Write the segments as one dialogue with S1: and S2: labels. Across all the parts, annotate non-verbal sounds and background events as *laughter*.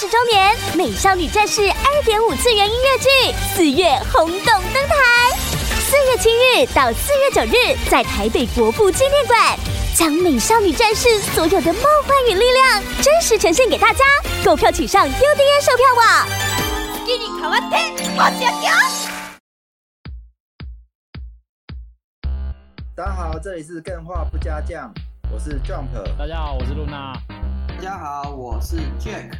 S1: 十周年《美少女战士》二点五次元音乐剧四月轰动登台，四月七日到四月九日在台北国父纪念馆，将《美少女战士》所有的梦幻与力量真实呈现给大家。购票请上 UDN 售票网。
S2: 大家好，这里是更画不加酱，我是 Jump。
S3: 大家好，我是露娜。
S4: 大家好，我是 Jack。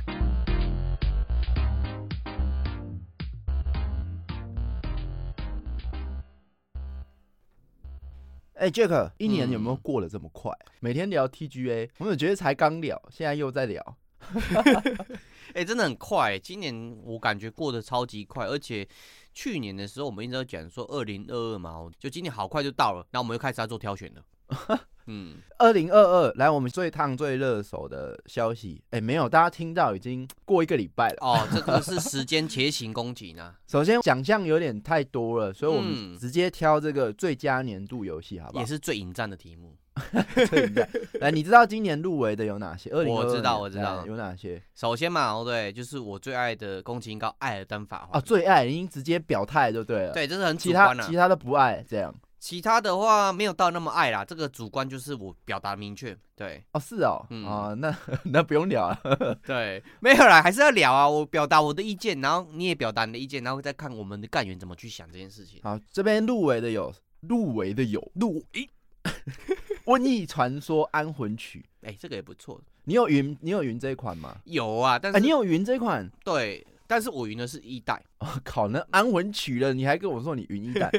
S5: 哎、j a c k 一年有没有
S6: 嗯
S5: 过得这么快？每天聊 TGA，我们觉得才刚聊，现在又在聊。
S6: 哎、真的很快、今年我感觉过得超级快，而且去年的时候我们一直在讲说二零二二嘛，就今年好快就到了，然后我们又开始要做挑选
S5: *laughs*
S6: 了。嗯，
S5: 二零二二，来我们最烫、最热手的消息。哎、没有，大家听到已经过一个礼拜了。
S6: 哦，这个是时间且行攻击呢。
S5: 首先奖项有点太多了，所以我们
S6: 嗯
S5: 直接挑这个最佳年度游戏，好不好？
S6: 也是最引战的题目。
S5: 最近
S6: *laughs*
S5: 在来，你知道今年入围的有哪些？二零
S6: 我知道我知道
S5: 有哪些
S6: 首先嘛，哦对，就是我最爱的宫崎英高《艾尔登法环
S5: 啊？》最爱已经直接表态就对了。，
S6: 对，这是很主
S5: 其他
S6: 观了、
S5: 其他都不爱这样。
S6: 其他的话没有到那么爱啦，这个主观就是我表达明确。对
S5: 哦，是哦，
S6: 嗯
S5: 啊，那 *laughs* 那不用聊了。
S6: 对，没有啦，还是要聊啊，我表达我的意见，然后你也表达你的意见，然后再看我们的干员怎么去想这件事情。
S5: 好，这边入围的有入围的有《
S6: 录诶，
S5: 瘟疫传说安魂曲》，
S6: 哎、这个也不错，
S5: 你有云你有云这一款吗？
S6: 有啊，但
S5: 哎、
S6: 是、
S5: 你有云这一款？ *laughs*
S6: 对，但是我云的是一代，
S5: 我、靠，那安魂曲了，你还跟我说你云一
S6: *laughs*
S5: 代？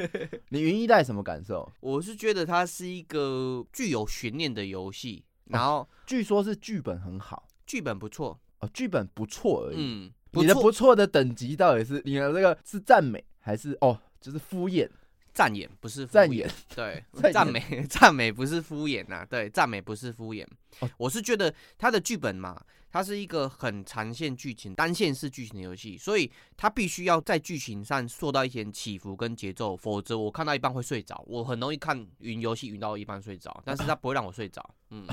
S5: 你云一代什么感受？
S6: 我是觉得它是一个具有悬念的游戏，
S5: 哦
S6: 然后
S5: 据说是剧本很好
S6: 剧本不错，
S5: 哦，剧本不错而已。
S6: 嗯，
S5: 你的
S6: 错
S5: 不错的等级到底是你的这个是赞美还是哦，就是敷衍
S6: 赞言不是敷
S5: 赞
S6: 衍
S5: 言？，
S6: 对
S5: *laughs* 赞
S6: 赞
S5: 言
S6: 美 *laughs* 赞美不是敷衍呐、对，赞美不是敷衍。
S5: 哦
S6: 我是觉得它的剧本嘛，它是一个很长线剧情、单线式剧情的游戏，所以它必须要在剧情上塑造一些起伏跟节奏，否则我看到一半会睡着。我很容易看云游戏云到一半睡着，但是它不会让我睡着。嗯，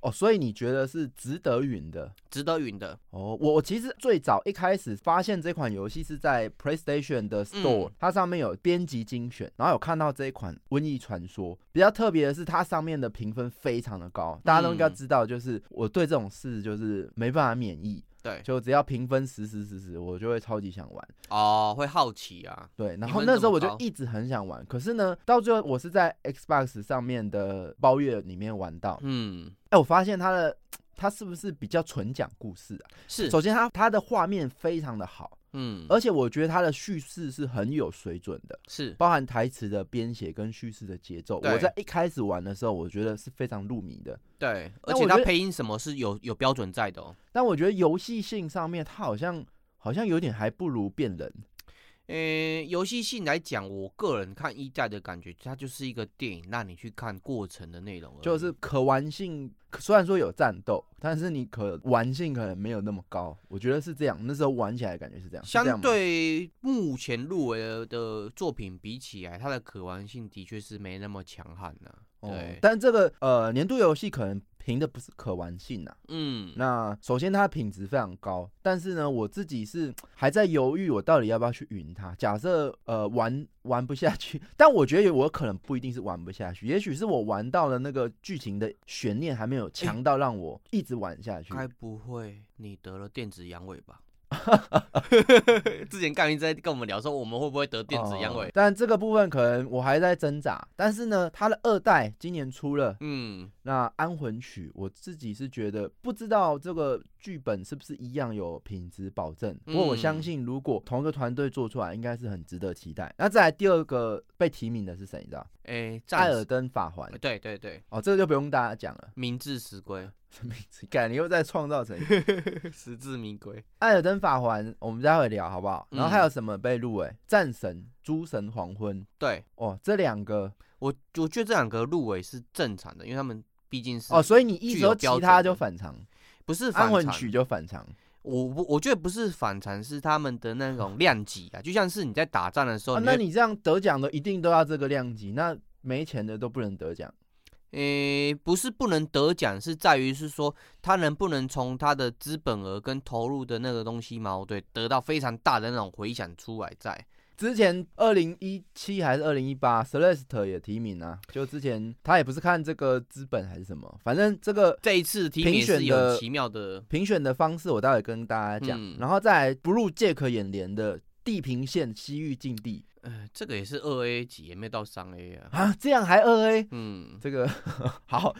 S5: 哦，所以你觉得是值得云的？
S6: 值得云的。
S5: 哦，我我其实最早一开始发现这款游戏是在 PlayStation 的 Store，、
S6: 嗯
S5: 它上面有编辑精选，然后有看到这一款《瘟疫传说》。比较特别的是，它上面的评分非常的高，大家都应该
S6: 嗯
S5: 知道，就是我对这种事就是没办法免疫，
S6: 对，
S5: 就只要评分十十十十，我就会超级想玩。
S6: 哦，会好奇啊。
S5: 对，然
S6: 评
S5: 后
S6: 分
S5: 那
S6: 这
S5: 时候
S6: 么
S5: 我就
S6: 高
S5: 一直很想玩，可是呢，到最后我是在 Xbox 上面的包月里面玩到，
S6: 嗯，
S5: 哎、我发现它的它是不是比较纯讲故事啊？
S6: 是，
S5: 首先它它的画面非常的好。
S6: 嗯，
S5: 而且我觉得他的叙事是很有水准的，
S6: 是，
S5: 包含台词的编写跟叙事的节奏。
S6: 对
S5: 我在一开始玩的时候，我觉得是非常入迷的。
S6: 对，
S5: 那
S6: 而
S5: 我觉
S6: 且它
S5: 得
S6: 配音什么是有有标准在的哦。
S5: 但我觉得游戏性上面，它好像好像有点还不如变人。
S6: 呃，游戏性来讲，我个人看一代的感觉，它就是一个电影，让你去看过程的内容而已。
S5: 就是可玩性虽然说有战斗，但是你可玩性可能没有那么高。我觉得是这样，那时候玩起来感觉是这样。是这样
S6: 相
S5: 吗，
S6: 对目前入围的作品比起来，它的可玩性的确是没那么强悍呐、
S5: 哦
S6: 对，
S5: 但这个呃年度游戏可能凭的不是可玩性啊，
S6: 嗯，
S5: 那首先它的品质非常高，但是呢，我自己是还在犹豫，我到底要不要去云它。假设呃玩玩不下去， *laughs* 但我觉得我可能不一定是玩不下去，也许是我玩到了那个剧情的悬念还没有强到让我一直玩下去。
S6: 该不会你得了电子阳痿
S5: *laughs*
S6: 吧？ *laughs* 之前干云在跟我们聊说，我们会不会得电子阳痿？
S5: 哦但这个部分可能我还在挣扎。但是呢，它的二代今年出了，
S6: 嗯，
S5: 那《安魂曲》，我自己是觉得不知道这个剧本是不是一样有品质保证，不过我相
S6: 嗯
S5: 信如果同一个团队做出来，应该是很值得期待。那再来第二个被提名的是谁？你知道？
S6: 哎，
S5: 《艾
S6: 暂
S5: 尔
S6: 时，
S5: 登法环》
S6: 对对对，
S5: 哦，这个就不用大家讲
S6: *laughs*
S5: 了，
S6: 名
S5: *laughs*
S6: 至实归，
S5: 什么意思？感你又在创造成《
S6: 实至名归。
S5: 艾尔登法环》，我们待会聊好不好？然后还
S6: 嗯
S5: 有什么被入围？战神》《诸神黄昏》
S6: 对，
S5: 哦，这两个
S6: 我我觉得这两个入围是正常的，因为他们毕竟是
S5: 哦，所以你一
S6: 具
S5: 说
S6: 有
S5: 其
S6: 标
S5: 他
S6: 准
S5: 就
S6: 的
S5: 反常，
S6: 不是
S5: 《安
S6: 反
S5: 魂
S6: 常
S5: 曲》就反常。
S6: 我不我觉得不是反常，是他们的那种量级啊，就像是你在打仗的时候，
S5: 啊、
S6: 哦你
S5: 那
S6: 会
S5: 你这样得奖的一定都要这个量级，那没钱的都不能得奖。
S6: 诶、不是不能得奖，是在于是说他能不能从他的资本额跟投入的那个东西嘛，对，得到非常大的那种回响出来在。
S5: 之前二零一七还是二零一八，Celeste 也提名啊，就之前他也不是看这个资本还是什么，反正这个
S6: 这一次提名也
S5: 评选
S6: 是有很
S5: 的
S6: 奇妙的，
S5: 评选的方式我待会跟大家讲，
S6: 嗯
S5: 然后再来不入 Jack 眼帘的地平线西域禁地
S6: 呃，这个也是二 A 级，也没有到三 A 啊。
S5: 啊，这样还二 A，
S6: 嗯，
S5: 这个 *laughs* 好，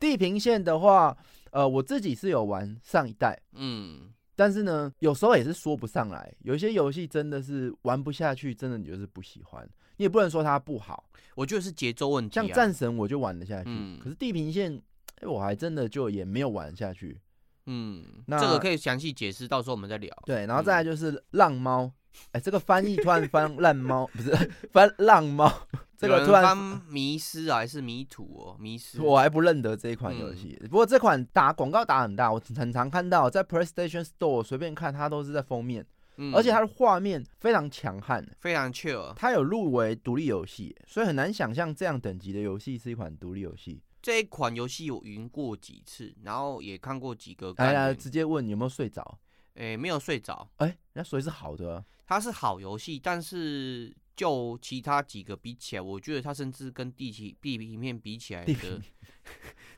S5: 地平线的话，呃，我自己是有玩上一代，
S6: 嗯，
S5: 但是呢，有时候也是说不上来，有一些游戏真的是玩不下去，真的你就是不喜欢，你也不能说它不好，
S6: 我觉得是节奏问题、啊。
S5: 像战神我就玩得下去，
S6: 嗯
S5: 可是地平线，哎、我还真的就也没有玩下去。
S6: 嗯，
S5: 那
S6: 这个可以详细解释，到时候我们再聊。
S5: 对，然后
S6: 嗯
S5: 再来就是浪猫，哎、这个翻译突然翻烂猫，不是翻浪猫，这
S6: 有
S5: 个
S6: 人
S5: 突然
S6: 翻迷失啊，还是迷途哦？迷失。
S5: 我还不认得这一款
S6: 嗯
S5: 游戏，不过这款打广告打很大，我很常看到在 PlayStation Store 随便看，它都是在封面，
S6: 嗯
S5: 而且它的画面非常强悍，
S6: 非常 chill。啊
S5: 它有入围独立游戏，所以很难想象这样等级的游戏是一款独立游戏。
S6: 这一款游戏我云过几次，然后也看过几个概
S5: 哎呀，
S6: 念，
S5: 直接问你有没有睡着？
S6: 诶、没有睡着。
S5: 哎、那所以是好的啊、
S6: 它是好游戏，但是就其他几个比起来，我觉得它甚至跟地平地平面比起来的
S5: 地平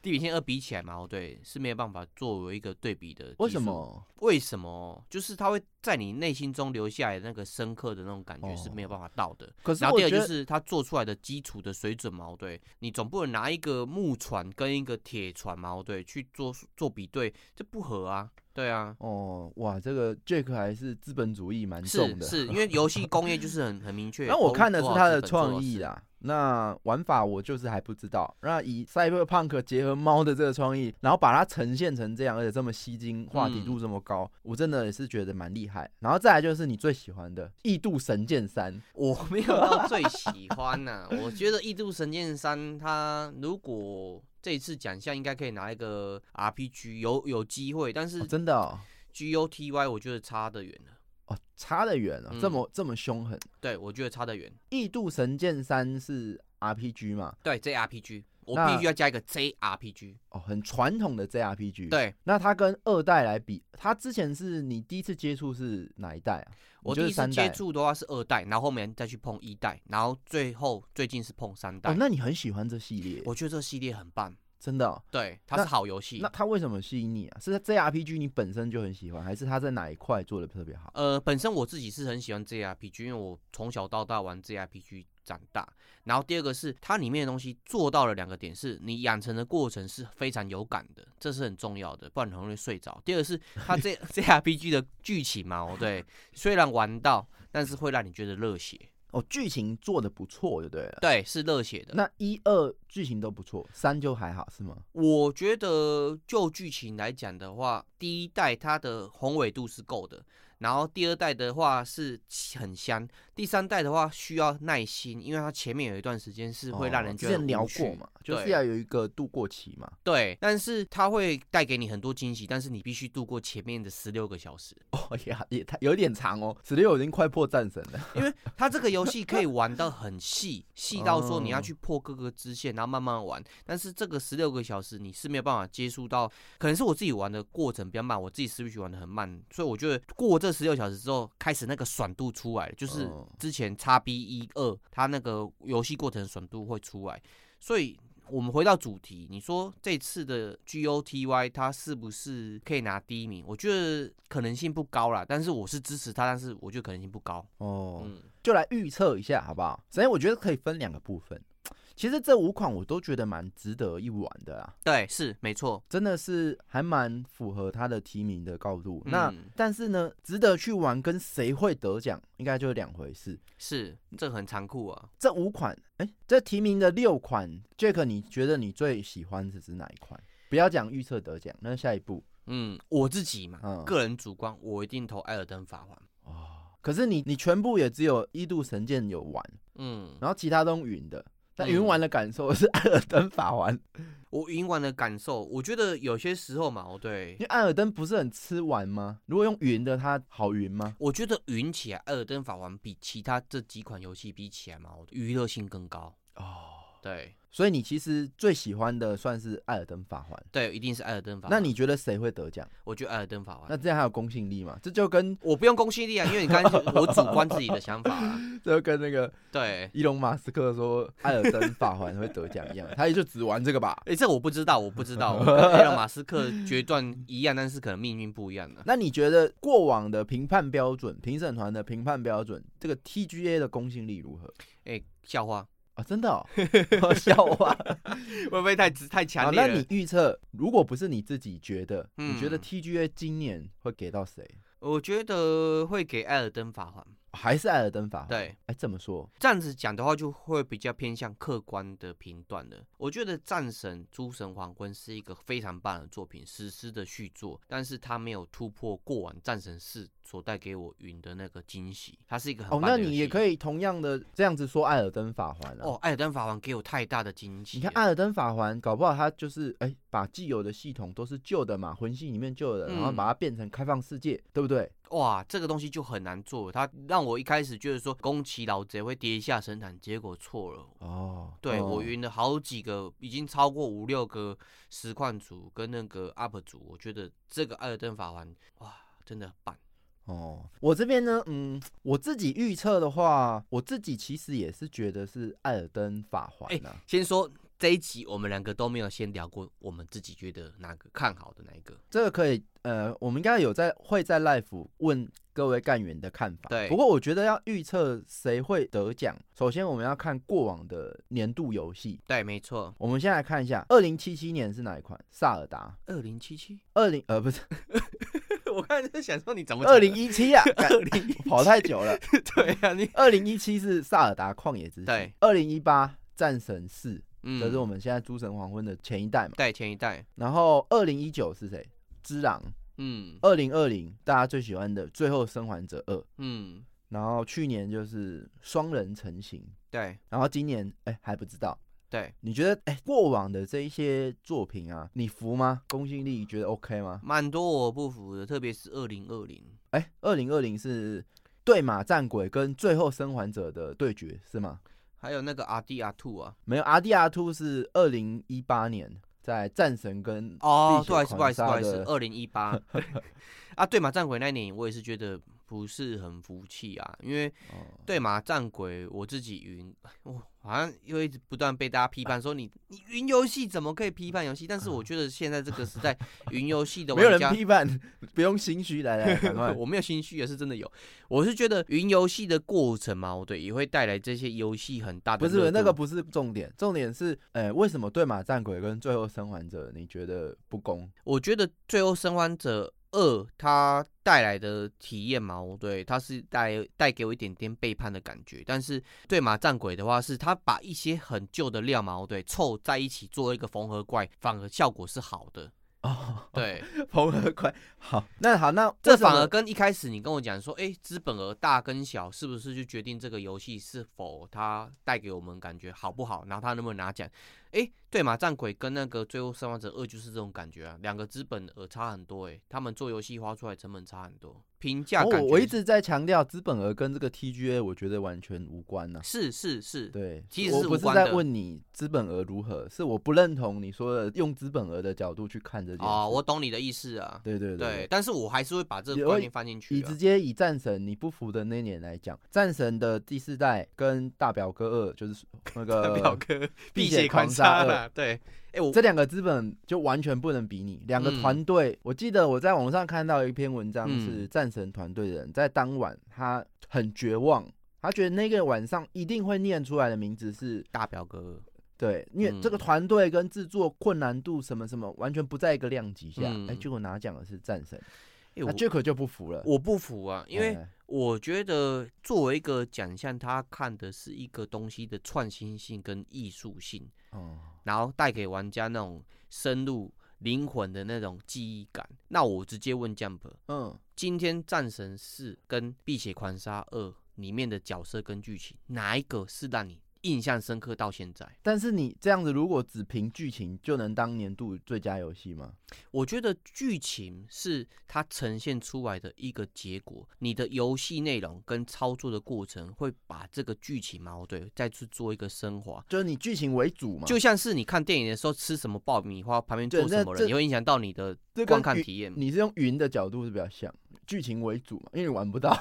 S6: 地平线二比起来嘛，哦对，是没有办法作为一个对比的技术。
S5: 为什么？
S6: 为什么？就是它会在你内心中留下来的那个深刻的那种感觉是没有办法到的。
S5: 哦可是
S6: 然后
S5: 我
S6: 第二
S5: 觉
S6: 就
S5: 得，
S6: 是它做出来的基础的水准矛对，你总不能拿一个木船跟一个铁船矛对去做做比对，这不合啊。对啊，
S5: 哦，哇，这个 Jack 还是资本主义蛮重
S6: 是
S5: 的。
S6: 是，因为
S5: *laughs*
S6: 游戏工业就是很很明确。
S5: 那我看的是
S6: 多
S5: 它
S6: 多少
S5: 的
S6: 资本
S5: 创意。啦，那玩法我就是还不知道。那以 Cyberpunk 结合猫的这个创意，然后把它呈现成这样，而且这么吸睛，话题
S6: 嗯
S5: 度这么高，我真的也是觉得蛮厉害。然后再来就是你最喜欢的《异度神剑三》，
S6: 我
S5: *laughs*
S6: 没有到最喜欢呐、我觉得《异度神剑三》它如果这一次奖项应该可以拿一个 RPG，有有机会，但是
S5: 哦真的哦，
S6: GOTY 我觉得差得远了。
S5: 哦差得远哦，
S6: 嗯
S5: 这么这么凶狠。《
S6: 对，我觉得差得远。
S5: 异度神剑三》是 RPG 嘛？
S6: 对，JRPG，我
S5: 那
S6: 必须要加一个 JRPG。
S5: 哦，很传统的 JRPG。，
S6: 对
S5: 那它跟二代来比，它之前是你第一次接触是哪一代啊？
S6: 我
S5: 你就是
S6: 第一次
S5: 三代
S6: 接触的话是二代，然后后面再去碰一代，然后最后最近是碰三代。
S5: 哦，那你很喜欢这系列，
S6: 我觉得这系列很棒，
S5: 真的、哦。
S6: 对，它
S5: 那
S6: 是好游戏
S5: 那。它为什么吸引你啊？是 JRPG 你本身就很喜欢，还是它在哪一块做的特别好？
S6: 呃，本身我自己是很喜欢 JRPG，因为我从小到大玩 JRPG 长大。然后第二个是它里面的东西做到了两个点，是你养成的过程是非常有感的，这是很重要的，不然你很容易睡着。第二个是它这 JRPG 的剧情嘛，哦对，虽然玩到，但是会让你觉得热血，
S5: 哦，剧情做的不错就对了。
S6: 对，是热血的。
S5: 那一二剧情都不错，三就还好是吗？
S6: 我觉得就剧情来讲的话，第一代它的宏伟度是够的，然后第二代的话是很香，第三代的话需要耐心，因为它前面有一段时间是会让人
S5: 哦之
S6: 觉得很
S5: 前聊
S6: 无趣
S5: 过嘛，就是
S6: 对
S5: 要有一个度过期嘛。
S6: 对，但是它会带给你很多惊喜，但是你必须度过前面的十六个小时，
S5: 哦呀，也太有点长哦，十六已经快破战神了。
S6: 因为它这个游戏可以玩到很细，细到说你要
S5: 哦
S6: 去破各个支线，然后慢慢玩。但是这个十六个小时你是没有办法接触到，可能是我自己玩的过程比较慢，我自己 Switch 玩的很慢，所以我觉得过这十六小时之后，开始那个爽度出来了，就是
S5: 哦
S6: 之前 x B 一二它那个游戏过程爽度会出来，所以。我们回到主题，你说这次的 GOTY 它是不是可以拿第一名？我觉得可能性不高啦，但是我是支持它，但是我觉得可能性不高。
S5: 哦，
S6: 嗯，
S5: 就来预测一下好不好？首先，我觉得可以分两个部分。其实这五款我都觉得蛮值得一玩的啊，
S6: 对，是没错。
S5: 真的是还蛮符合它的提名的高度。那
S6: 嗯
S5: 但是呢，值得去玩跟谁会得奖，应该就是两回事。
S6: 是这很残酷啊。
S5: 这五款，哎、这提名的六款，Jack，你觉得你最喜欢的是哪一款？不要讲预测得奖，那下一步
S6: 嗯，我自己嘛，
S5: 嗯
S6: 个人主观，我一定投《艾尔登法环》。
S5: 哦。可是你你全部也只有一度神剑有玩，
S6: 嗯，
S5: 然后其他都用云的。但
S6: 嗯
S5: 云玩的感受是艾尔登法环，
S6: 我云玩的感受，我觉得有些时候嘛，哦对
S5: 因为，艾尔登不是很吃玩吗？如果用云的，它好云吗？
S6: 我觉得云起来，《艾尔登法环》比其他这几款游戏比起来嘛，哦娱乐性更高。
S5: 哦，
S6: 对
S5: 所以你其实最喜欢的算是《艾尔登法环》。
S6: 对，一定是艾尔登法环。
S5: 那你觉得谁会得奖？
S6: 我觉得艾尔登法
S5: 那
S6: 环，
S5: 这样还有公信力嘛？这就跟
S6: 我不用公信力啊，因为你刚才我主观自己的想法、啊。
S5: 这就跟那个
S6: 对，
S5: 伊隆马斯克说《艾尔登法环》会得奖一
S6: *laughs*
S5: 样，他也就只玩这个吧。
S6: 哎、这我不知道，我不知道。我跟埃隆马斯克决断一样，但是可能命运不一样了。
S5: 那你觉得过往的评判标准，评审团的评判标准，这个 TGA 的公信力如何
S6: 哎、笑话，
S5: 啊？真的 *laughs* 哦，我笑话。
S6: 会不会太直太强
S5: 好，
S6: 烈
S5: 哦那
S6: 了？
S5: 你预测，如果不是你自己觉得，你觉得
S6: 嗯
S5: TGA 今年会给到谁？
S6: 我觉得会给艾尔登法环。
S5: 还是艾尔登法？，
S6: 对，
S5: 哎，这么说，
S6: 这样子讲的话，就会比较偏向客观的评断了。我觉得《战神：诸神黄昏》是一个非常棒的作品，史诗的续作，但是它没有突破过往《战神四》所带给我云的那个惊喜。它是一个很
S5: 哦，
S6: 棒的
S5: 那
S6: 游
S5: 你也
S6: 戏
S5: 可以同样的这样子说艾尔登法环啊。
S6: 哦，《艾尔登法环》给我太大的惊喜
S5: 你
S6: 了。
S5: 看《艾啊尔登法环》，搞不好它就是哎、把既有的系统都是旧的嘛，魂系里面旧的，然后
S6: 嗯
S5: 把它变成开放世界，对不对？
S6: 哇，这个东西就很难做。它让我一开始觉得说宫崎老贼会跌下神坛，结果错了。
S5: 哦，
S6: 对、
S5: 嗯
S6: 我晕了好几个，已经超过五六个实况组跟那个 UP 主，我觉得这个艾尔登法环哇，真的很棒。
S5: 哦，我这边呢，嗯，我自己预测的话，我自己其实也是觉得是《艾尔登法环
S6: 哎》
S5: 啊。
S6: 先说这一集，我们两个都没有先聊过我们自己觉得哪个看好的那一个。
S5: 这个可以，呃，我们应该有在会在 live 问各位干员的看法。
S6: 对
S5: 不过我觉得要预测谁会得奖，首先我们要看过往的年度游戏。
S6: 对，没错，
S5: 我们先来看一下，二零七七年是哪一款？萨尔达。
S6: 二零七七。
S5: 二零呃不是
S6: *laughs* 我刚才在想说你怎么
S5: 二零一七啊，干
S6: 二零
S5: 我跑太久了。
S6: *laughs* 对啊，你
S5: 二零一七是萨尔达旷野之息，
S6: 对
S5: 二零一八战神四，
S6: 嗯
S5: 这是我们现在诸神黄昏的前一代嘛。
S6: 对前一代，
S5: 然后二零一九是谁？之狼。
S6: 嗯
S5: 二零二零大家最喜欢的《最后生还者二》，
S6: 嗯，
S5: 然后去年就是双人成型，
S6: 对
S5: 然后今年哎还不知道。
S6: 对，
S5: 你觉得哎过往的这一些作品啊，你服吗？公信力觉得 OK 吗？
S6: 蛮多我不服的，特别是二零二零。
S5: 哎，二零二零是对马战鬼跟最后生还者的对决是吗？
S6: 还有那个 R D R Two 啊，
S5: 没有，R D R Two 是二零一八年在战神跟
S6: 哦
S5: 碧，血
S6: 不好意思，不好意思，不好
S5: 狂
S6: 意
S5: 杀
S6: 思
S5: 的，
S6: 二零
S5: *laughs*
S6: 一八啊，对马战鬼那年我也是觉得不是很服气啊，因为
S5: 哦
S6: 对马战鬼我自己云，我好像又一直不断被大家批判说你你云游戏怎么可以批判游戏？但是我觉得现在这个时代云游戏的
S5: 嗯没有人
S6: 玩家。
S5: 批判，不用心虚，来来，赶快。
S6: *laughs* 我没有心虚，也是真的有。我是觉得云游戏的过程嘛，我对也会带来这些游戏很大的
S5: 不是不是
S6: 热
S5: 那个
S6: 度
S5: 不是重点，重点是，呃，为什么对马战鬼跟最后生还者你觉得不公？
S6: 我觉得《最后生还者二》它带来的体验嘛，我对它是带带给我一点点背叛的感觉。但是对马战鬼的话，是它把一些很旧的料嘛，我哦对凑在一起做一个缝合怪，反而效果是好的。
S5: 哦，，
S6: 对， *laughs*
S5: 缝合快好， *laughs* 那好，那
S6: 这
S5: 为什
S6: 反而
S5: 么
S6: 跟一开始你跟我讲说，哎，资本额大跟小是不是就决定这个游戏是否它带给我们感觉好不好，然后它能不能拿奖？哎，对嘛，战鬼跟那个最后生还者二就是这种感觉啊，两个资本额差很多哎、诶他们做游戏花出来成本差很多，评价感
S5: 我
S6: *laughs* 觉
S5: 我一直在强调资本额跟这个 TGA 我觉得完全无关呐、
S6: 是是是，
S5: 对，
S6: 其实
S5: 我
S6: 是
S5: 不
S6: 无
S5: 是
S6: 关
S5: 在
S6: 的
S5: 问你资本额如何，是我不认同你说的用资本额的角度去看这件事。
S6: 哦，我懂你的意思啊，
S5: 对对
S6: 对但是我还是会把这
S5: 也
S6: 个
S5: 会
S6: 观念放进去、
S5: 以
S6: 啊
S5: 直，接以战神你不服的那年来讲，战神的第四代跟大表哥二就是那个
S6: 表哥
S5: 碧
S6: 碧
S5: 血
S6: 血
S5: 狂
S6: 狂
S5: 杀
S6: 杀
S5: 二
S6: 啦，对，哎我
S5: 这两个资本就完全不能比拟。两个
S6: 嗯
S5: 团队，我记得我在网上看到一篇文章，
S6: 嗯
S5: 是战神团队的人在当晚他很绝望，他觉得那个晚上一定会念出来的名字是
S6: 大表哥，
S5: 对，因为这个
S6: 嗯
S5: 团队跟制作困难度什么什么完全不在一个量级下。
S6: 嗯
S5: 哎，结果拿奖的是战神，
S6: 哎
S5: 那
S6: 我
S5: j a c 就不服了，
S6: 我不服啊，因为
S5: 哎
S6: 我觉得作为一个奖项，它看的是一个东西的创新性跟艺术性，
S5: 哦，
S6: 然后带给玩家那种深入灵魂的那种记忆感。那我直接问 Jump，
S5: 嗯，
S6: 今天《战神四》跟《碧血狂杀二》里面的角色跟剧情，哪一个是让你印象深刻到现在。
S5: 但是你这样子，如果只凭剧情就能当年度最佳游戏吗？
S6: 我觉得剧情是它呈现出来的一个结果，你的游戏内容跟操作的过程会把这个剧情矛盾再去做一个升华。
S5: 就是你剧情为主嘛，
S6: 就像是你看电影的时候吃什么爆米花，旁边
S5: 对
S6: 坐什
S5: 那
S6: 么
S5: 这
S6: 人，也会影响到你的
S5: 这跟
S6: 观看
S5: 云
S6: 体验。
S5: 你是用云的角度是比较像，剧情为主嘛，因为你玩不
S6: *laughs*
S5: 到，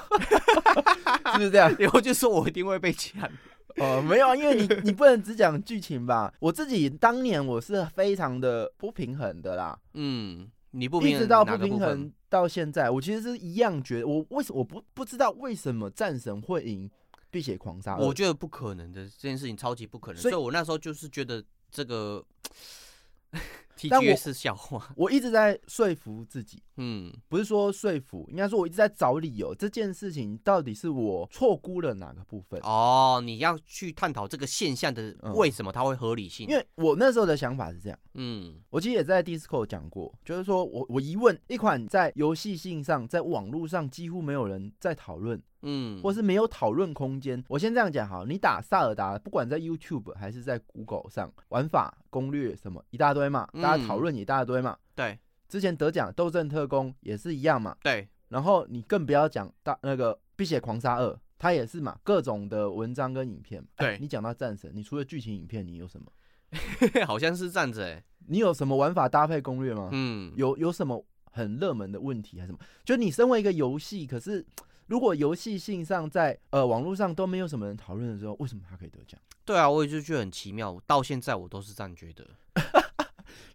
S5: 是不是这样？
S6: 然后就说我一定会被抢。
S5: 哦，没有啊，因为你你不能只讲剧情吧。我自己当年我是非常的不平衡的啦，
S6: 嗯，你不
S5: 一
S6: 平
S5: 直
S6: 衡
S5: 到
S6: 哪
S5: 不
S6: 个部
S5: 平
S6: 分
S5: 衡？到现在，我其实是一样觉得，我为什我不不知道为什么战神会赢碧血狂杀二，
S6: 我觉得不可能的，这件事情超级不可能。
S5: 啊所
S6: 所
S5: 以
S6: 以我那时候就是觉得这
S5: *laughs*
S6: 个
S5: 但我
S6: TGA 是笑话。
S5: 我一直在说服自己，
S6: 嗯，
S5: 不是说说服，应该说我一直在找理由，这件事情到底是我错估了哪个部分？
S6: 哦，你要去探讨这个现象的
S5: 嗯
S6: 为什么它会合理性。
S5: 因为我那时候的想法是这样。
S6: 嗯
S5: 我其实也在 Disco 讲过，就是说我我疑问一款在游戏性上，在网络上几乎没有人在讨论，
S6: 嗯，
S5: 或是没有讨论空间。我先这样讲好，你打萨尔达，不管在 YouTube 还是在 Google 上，玩法、攻略什么一大堆嘛，
S6: 嗯
S5: 大家讨论一大堆嘛。
S6: 对
S5: 之前得奖《斗阵特工》也是一样嘛，
S6: 对， *laughs*
S5: 然后你更不要讲大那个《碧血狂杀二》，它也是嘛，各种的文章跟影片嘛。
S6: 对
S5: 哎你讲到战神，你除了剧情影片，你有什么？
S6: 好像是这样子哎。
S5: 你有什么玩法搭配攻略吗？
S6: 嗯，
S5: 有有什么很热门的问题还是什么？就你身为一个游戏，可是如果游戏性上在呃网络上都没有什么人讨论的时候，为什么它可以得奖？
S6: 对啊，我也就觉得很奇妙，我到现在我都是这样觉得。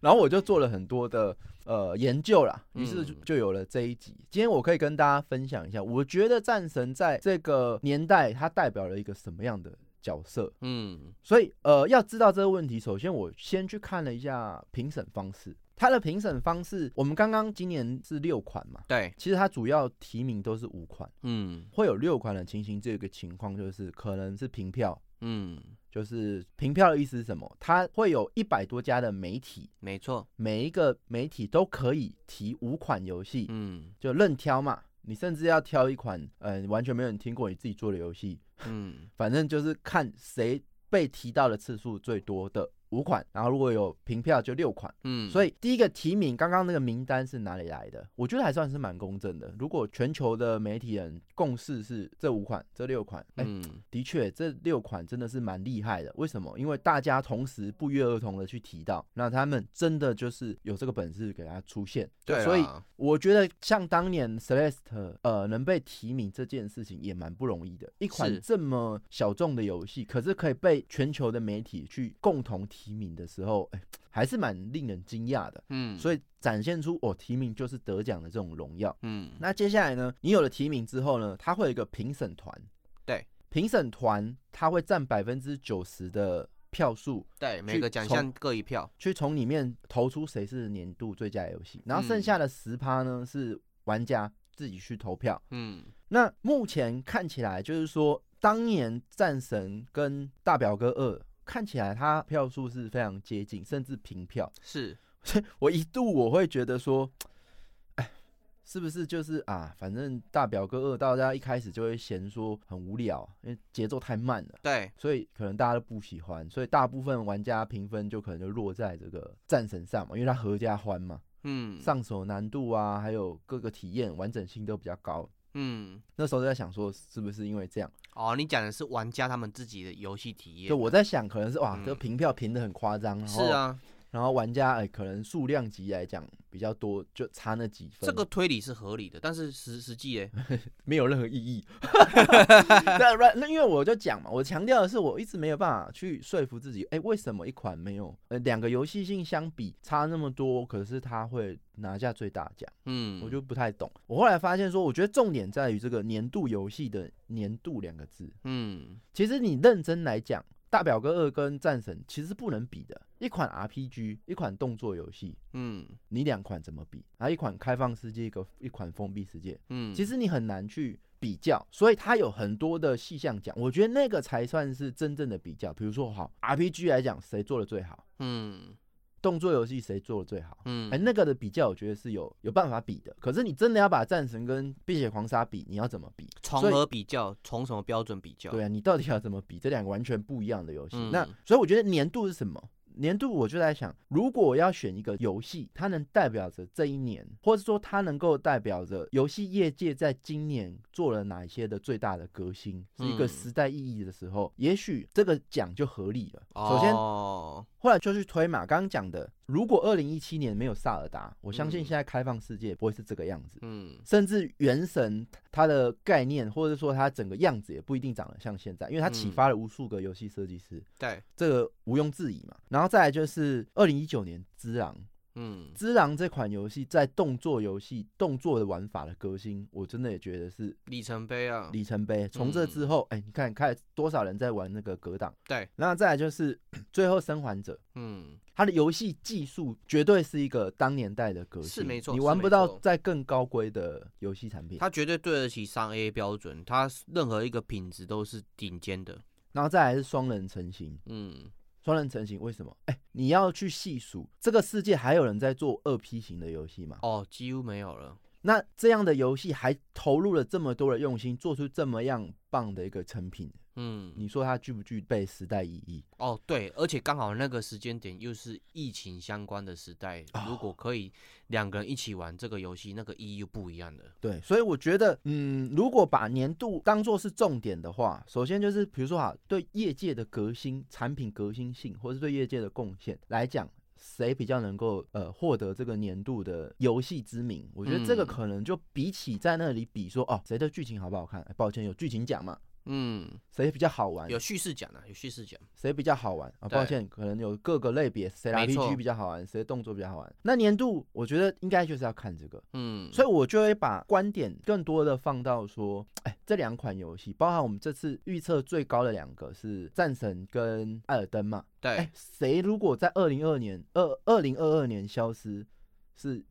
S5: 然后我就做了很多的呃研究啦，于是就
S6: 嗯
S5: 就有了这一集。今天我可以跟大家分享一下，我觉得战神在这个年代它代表了一个什么样的角色。
S6: 嗯
S5: 所以呃，要知道这个问题，首先我先去看了一下评审方式，它的评审方式，我们刚刚今年是六款嘛，
S6: 对，
S5: 其实它主要提名都是五款。
S6: 嗯
S5: 会有六款的情形，这个情况就是可能是平票，
S6: 嗯，
S5: 就是平票的意思是什么？它会有一百多家的媒体，
S6: 没错，
S5: 每一个媒体都可以提五款游戏，
S6: 嗯
S5: 就任挑嘛。你甚至要挑一款，嗯、完全没有人听过你自己做的游戏，
S6: 嗯
S5: 反正就是看谁被提到的次数最多的五款，然后如果有平票就六款。
S6: 嗯，
S5: 所
S6: 以
S5: 以第一个提名，刚刚那个名单是哪里来的？我觉得还算是蛮公正的。如果全球的媒体人共识是这五款、这六款，哎、
S6: 嗯
S5: 的确这六款真的是蛮厉害的。为什么？因为大家同时不约而同的去提到，那他们真的就是有这个本事给他出现。
S6: 对啦啊
S5: 所以我觉得像当年 Celeste 呃能被提名这件事情也蛮不容易的，一款
S6: 是
S5: 这么小众的游戏，可是可以被全球的媒体去共同提名的时候，哎、还是蛮令人惊讶的。
S6: 嗯，
S5: 所
S6: 以
S5: 以展现出我、提名就是得奖的这种荣耀。
S6: 嗯
S5: 那接下来呢，你有了提名之后呢，它会有一个评审团，
S6: 对，
S5: 评审团它会占百分之九十的票数，
S6: 对每
S5: 去
S6: 个奖
S5: 从
S6: 项各一票。
S5: 去从里面投出谁是年度最佳游戏，然后剩下的十趴呢是玩家自己去投票。
S6: 嗯
S5: 那目前看起来就是说，当年战神跟大表哥二看起来它票数是非常接近，甚至平票。
S6: 是，
S5: 我一度我会觉得说，哎，是不是就是啊？反正大表哥二大家一开始就会嫌说很无聊，因为节奏太慢了。
S6: 对，
S5: 所以可能大家都不喜欢，所以大部分玩家评分就可能就落在这个战神上嘛，因为它合家欢嘛，
S6: 嗯
S5: 上手难度啊，还有各个体验完整性都比较高。
S6: 嗯。
S5: 那时候就在想说，是不是因为这样？
S6: 哦，你讲的是玩家他们自己的游戏体验。
S5: 就我在想，可能是哇，
S6: 嗯
S5: 这个评票评的很夸张，然
S6: 是
S5: 后，
S6: 啊，
S5: 然后玩家哎、可能数量级来讲比较多，就差那几分，
S6: 这个推理是合理的，但是实实际诶，
S5: 没有任何意义。那那那因为我就讲嘛，我强调的是，我一直没有办法去说服自己，哎、为什么一款没有呃两个游戏性相比差那么多，可是它会拿下最大奖，
S6: *laughs* 嗯，
S5: 我就不太懂。我后来发现说，我觉得重点在于这个年度游戏的“年度”两个字。
S6: 嗯
S5: 其实你认真来讲，《大表哥二》跟《战神》其实是不能比的，一款 RPG，一款动作游戏。
S6: 嗯
S5: 你两款怎么比？啊，一款开放世界，一个一款封闭世界。
S6: 嗯，
S5: 其实你很难去比较，所以它有很多的细项讲，我觉得那个才算是真正的比较。比如说，好 RPG 来讲，谁做的最好？
S6: 嗯
S5: 动作游戏谁做的最好？
S6: 嗯，
S5: 哎、那个的比较，我觉得是有有办法比的。可是你真的要把战神跟碧血狂杀比，你要怎么比？
S6: 从
S5: 所以
S6: 何比较？从什么标准比较？
S5: 对啊，你到底要怎么比？这两个完全不一样的游戏。
S6: 嗯
S5: 那所以我觉得年度是什么？年度我就在想，如果我要选一个游戏，它能代表着这一年，或者说它能够代表着游戏业界在今年做了哪一些的最大的革新，是一个
S6: 嗯
S5: 时代意义的时候，也许这个奖就合理了。首先，
S6: 哦，
S5: 后来就去推嘛，刚刚讲的，如果二零一七年没有萨尔达，我相信
S6: 嗯
S5: 现在开放世界不会是这个样子。
S6: 嗯
S5: 甚至原神它的概念，或者说它整个样子也不一定长得像现在，因为它启
S6: 嗯
S5: 发了无数个游戏设计师，
S6: 对，
S5: 这个毋庸置疑嘛。然后再来就是二零一九年《只狼》，
S6: 嗯
S5: 《只狼》这款游戏在动作游戏动作的玩法的革新，我真的也觉得是
S6: 里程碑啊，
S5: 里程碑。从这之后，哎、你看看多少人在玩那个格挡，
S6: 嗯对，
S5: 然后再来就是最后生还者》，
S6: 嗯
S5: 它的游戏技术绝对是一个当年代的革新，
S6: 是没错
S5: 你
S6: 是
S5: 玩
S6: 没
S5: 不到
S6: 错
S5: 在更高规的游戏产品。
S6: 它绝对对得起三 A 标准，它任何一个品质都是顶尖的。
S5: 然后再来是双人成型，
S6: 嗯，
S5: 双人成型为什么？哎、你要去细数这个世界还有人在做二 P 型的游戏吗？
S6: 哦，几乎没有了。
S5: 那这样的游戏还投入了这么多的用心，做出这么样棒的一个成品，
S6: 嗯，
S5: 你说它具不具备时代意义？
S6: 哦，对，而且刚好那个时间点又是疫情相关的时代，如
S5: 哦
S6: 果可以两个人一起玩这个游戏，那个意义又不一样了。
S5: 对，所以我觉得，嗯，如果把年度当做是重点的话，首先就是比如说哈，对业界的革新、产品革新性，或是对业界的贡献来讲，谁比较能够呃获得这个年度的游戏之名？我觉得这个
S6: 嗯
S5: 可能就比起在那里比说哦，谁的剧情好不好看？哎抱歉，有剧情奖嘛，
S6: 嗯，
S5: 谁比较好玩？
S6: 有叙事讲啊，有叙事讲。
S5: 谁比较好玩啊？抱
S6: 对
S5: 歉，可能有各个类别，谁
S6: 没错
S5: RPG 比较好玩，谁动作比较好玩。那年度我觉得应该就是要看这个。
S6: 嗯，
S5: 所
S6: 以
S5: 以我就会把观点更多的放到说，哎，这两款游戏，包含我们这次预测最高的两个是《战神》跟《艾尔登》嘛，哎
S6: 对，，
S5: 谁如果在二零二年二二零二二年消失，是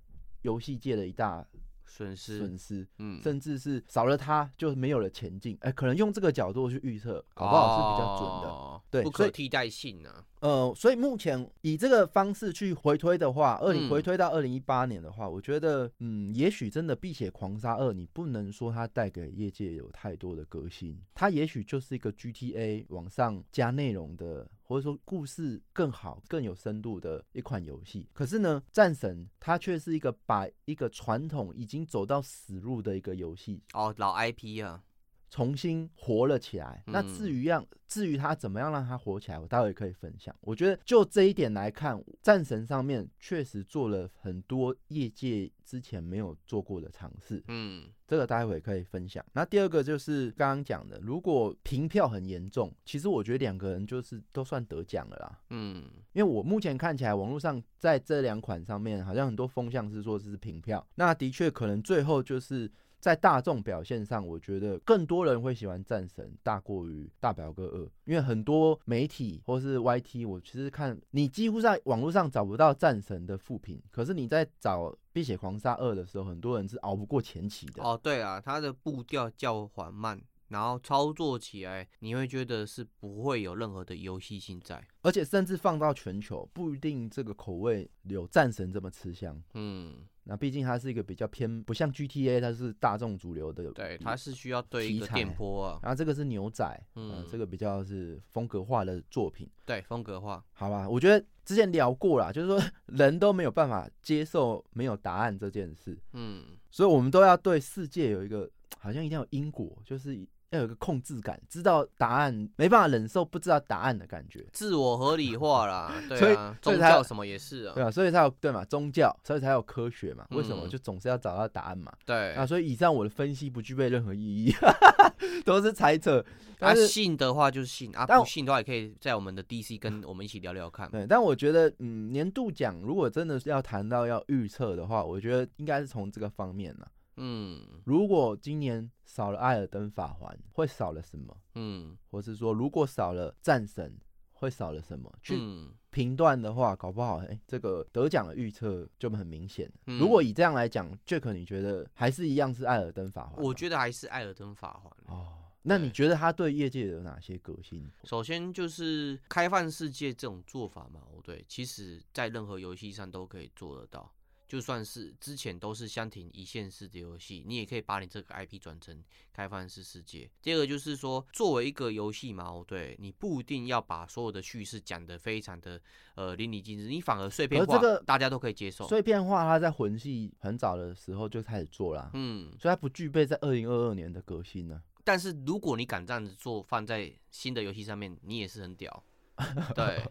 S5: 游戏界的一大
S6: 损失
S5: 损，失，
S6: 嗯，
S5: 甚至是少了它就没有了前进，哎，可能用这个角度去预测，搞不好是比较准的。
S6: 哦
S5: 对
S6: 不
S5: 所以
S6: 可替代性啊。
S5: 呃，所以目前以这个方式去回推的话，二零
S6: 嗯
S5: 回推到二零一八年的话，我觉得，嗯，也许真的《碧血狂杀二》，你不能说它带给业界有太多的革新，它也许就是一个 GTA 往上加内容的，或者说故事更好、更有深度的一款游戏。可是呢，《战神》它却是一个把一个传统已经走到死路的一个游戏
S6: 哦，老 IP 啊，
S5: 重新活了起来。那
S6: 嗯
S5: 至于让至于他怎么样让他活起来，我待会可以分享。我觉得就这一点来看，战神上面确实做了很多业界之前没有做过的尝试，
S6: 嗯，
S5: 这个待会可以分享。那第二个就是刚刚讲的，如果平票很严重，其实我觉得两个人就是都算得奖了啦。
S6: 嗯，
S5: 因为我目前看起来，网络上在这两款上面，好像很多风向是说这是平票。那的确可能最后就是在大众表现上，我觉得更多人会喜欢战神大过于大表哥二，因为很多媒体或是 YT，我其实看你几乎在网络上找不到战神的副评，可是你在找《碧血狂杀二》的时候，很多人是熬不过前期的。
S6: 哦，对啊，它的步调较缓慢，然后操作起来你会觉得是不会有任何的游戏性在。
S5: 而且甚至放到全球，不一定这个口味有战神这么吃香。
S6: 嗯，
S5: 那毕竟它是一个比较偏，不像 GTA，它是大众主流的。
S6: 对，它。是需要对一
S5: 嗯题
S6: 个
S5: 材
S6: 电波啊，
S5: 然后这个是牛仔，嗯、
S6: 嗯
S5: 这个比较是风格化的作品，
S6: 对，风格化。
S5: 好吧？我觉得之前聊过啦，就是说 *laughs* 人都没有办法接受没有答案这件事， *laughs*
S6: 嗯，
S5: 所以我们都要对世界有一个好像一定要有因果，就是要有一个控制感，知道答案没办法忍受不知道答案的感觉。
S6: 自我合理化啦，
S5: 所
S6: 对
S5: 以
S6: 啊，
S5: 所以
S6: 宗
S5: 它
S6: 教什么也是
S5: 对
S6: 啊，
S5: 啊，所以才有对嘛宗教，所以才有科学嘛。为什么、
S6: 嗯
S5: 就总是要找到答案嘛？
S6: 对。
S5: 啊，所以以上我的分析不具备任何意义， *laughs* 都是猜测。
S6: 啊，
S5: 但是
S6: 信的话就是信啊，
S5: 但我嗯
S6: 不信的话也可以在我们的 DC 跟我们一起聊聊看。
S5: 对，但我觉得，嗯，年度奖如果真的是要谈到要预测的话，我觉得应该是从这个方面呢。
S6: 嗯
S5: 如果今年少了《艾尔登法环》，会少了什么？
S6: 嗯
S5: 或是说，如果少了《战神》，会少了什么？去
S6: 嗯，
S5: 评断的话，搞不好，哎、这个得奖的预测就很明显了。
S6: 嗯
S5: 如果以这样来讲，Jack，你觉得还是一样是《艾尔登法环》吗？
S6: 我觉得还是艾尔登法环。
S5: 哦，那你
S6: 对
S5: 觉得他对业界有哪些革新？
S6: 首先就是开放世界这种做法嘛，哦对，其实在任何游戏上都可以做得到。就算是之前都是相庭一线式的游戏，你也可以把你这个 IP 转成开放式世界。第二个就是说，作为一个游戏嘛，哦，对你不一定要把所有的叙事讲得非常的呃淋漓尽致，你反而碎片
S5: 而这
S6: 化，
S5: 个
S6: 大家都可以接受。
S5: 碎片化，它在魂系很早的时候就开始做啦，
S6: 嗯，
S5: 所以它不具备在二零二二年的革新呢、
S6: 但是如果你敢这样子做，放在新的游戏上面，你也是很
S5: *laughs*
S6: 屌。对，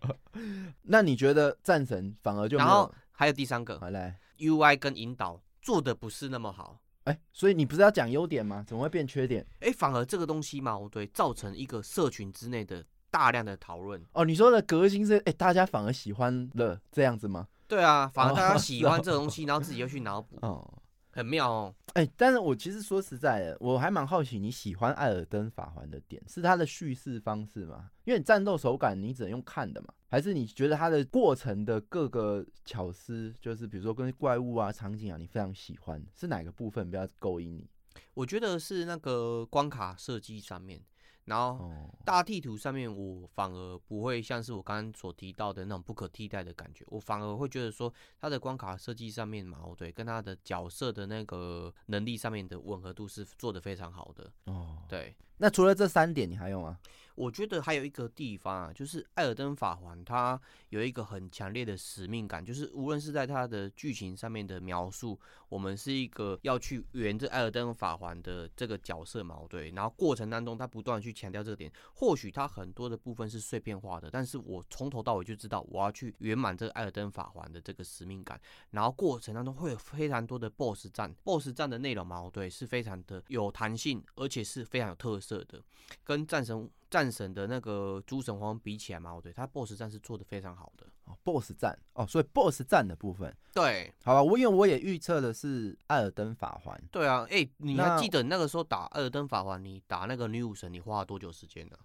S5: 那你觉得战神反而就没
S6: 然后
S5: 有？
S6: 还有第
S5: *laughs*
S6: 三个
S5: 好来，
S6: UI 跟引导做的不是那么好，
S5: 哎、所以你不是要讲优点吗？怎么会变缺点？
S6: 哎，反而这个东西嘛，对，造成一个社群之内的大量的讨论。
S5: 哦，你说的革新是哎、大家反而喜欢了这样子吗？
S6: 对啊，反而大家
S5: 哦
S6: 喜
S5: 是
S6: 欢
S5: 哦
S6: 这个东 *laughs* 西，然后自己又去脑补，
S5: 哦，
S6: 很妙哦。
S5: 哎、但是我其实说实在的，我还蛮好奇你喜欢《艾尔登法环》的点是它的叙事方式吗？因为你战斗手感你只能用看的嘛，还是你觉得它的过程的各个巧思，就是比如说跟怪物啊、场景啊，你非常喜欢，是哪个部分比较勾引你？
S6: 我觉得是那个关卡设计上面，然后
S5: 哦，
S6: 大地图上面，我反而不会像是我刚刚所提到的那种不可替代的感觉，我反而会觉得说它的关卡设计上面嘛，对，跟它的角色的那个能力上面的吻合度是做的非常好的。
S5: 哦，
S6: 对，
S5: 那除了这三点，你还有吗？
S6: 我觉得还有一个地方啊，就是《艾尔登法环》它有一个很强烈的使命感，就是无论是在它的剧情上面的描述，我们是一个要去圆这《艾尔登法环》的这个角色嘛，对。然后过程当中，它不断地去强调这个点，或许它很多的部分是碎片化的，但是我从头到尾就知道我要去圆满这个《艾尔登法环》的这个使命感。然后过程当中会有非常多的 BOSS 战，BOSS 战的内容嘛，对，是非常的有弹性，而且是非常有特色的。跟战神战神的那个诸神皇比起来嘛，哦对，他 BOSS 战是做的非常好的。
S5: 哦，BOSS 战哦，所以 BOSS 战的部分，
S6: 对
S5: 好吧，我因为我也预测的是《艾尔登法环》，
S6: 对啊，哎、你
S5: 那
S6: 还记得那个时候打二登法环，你打那个女武神，你花了多久时间呢、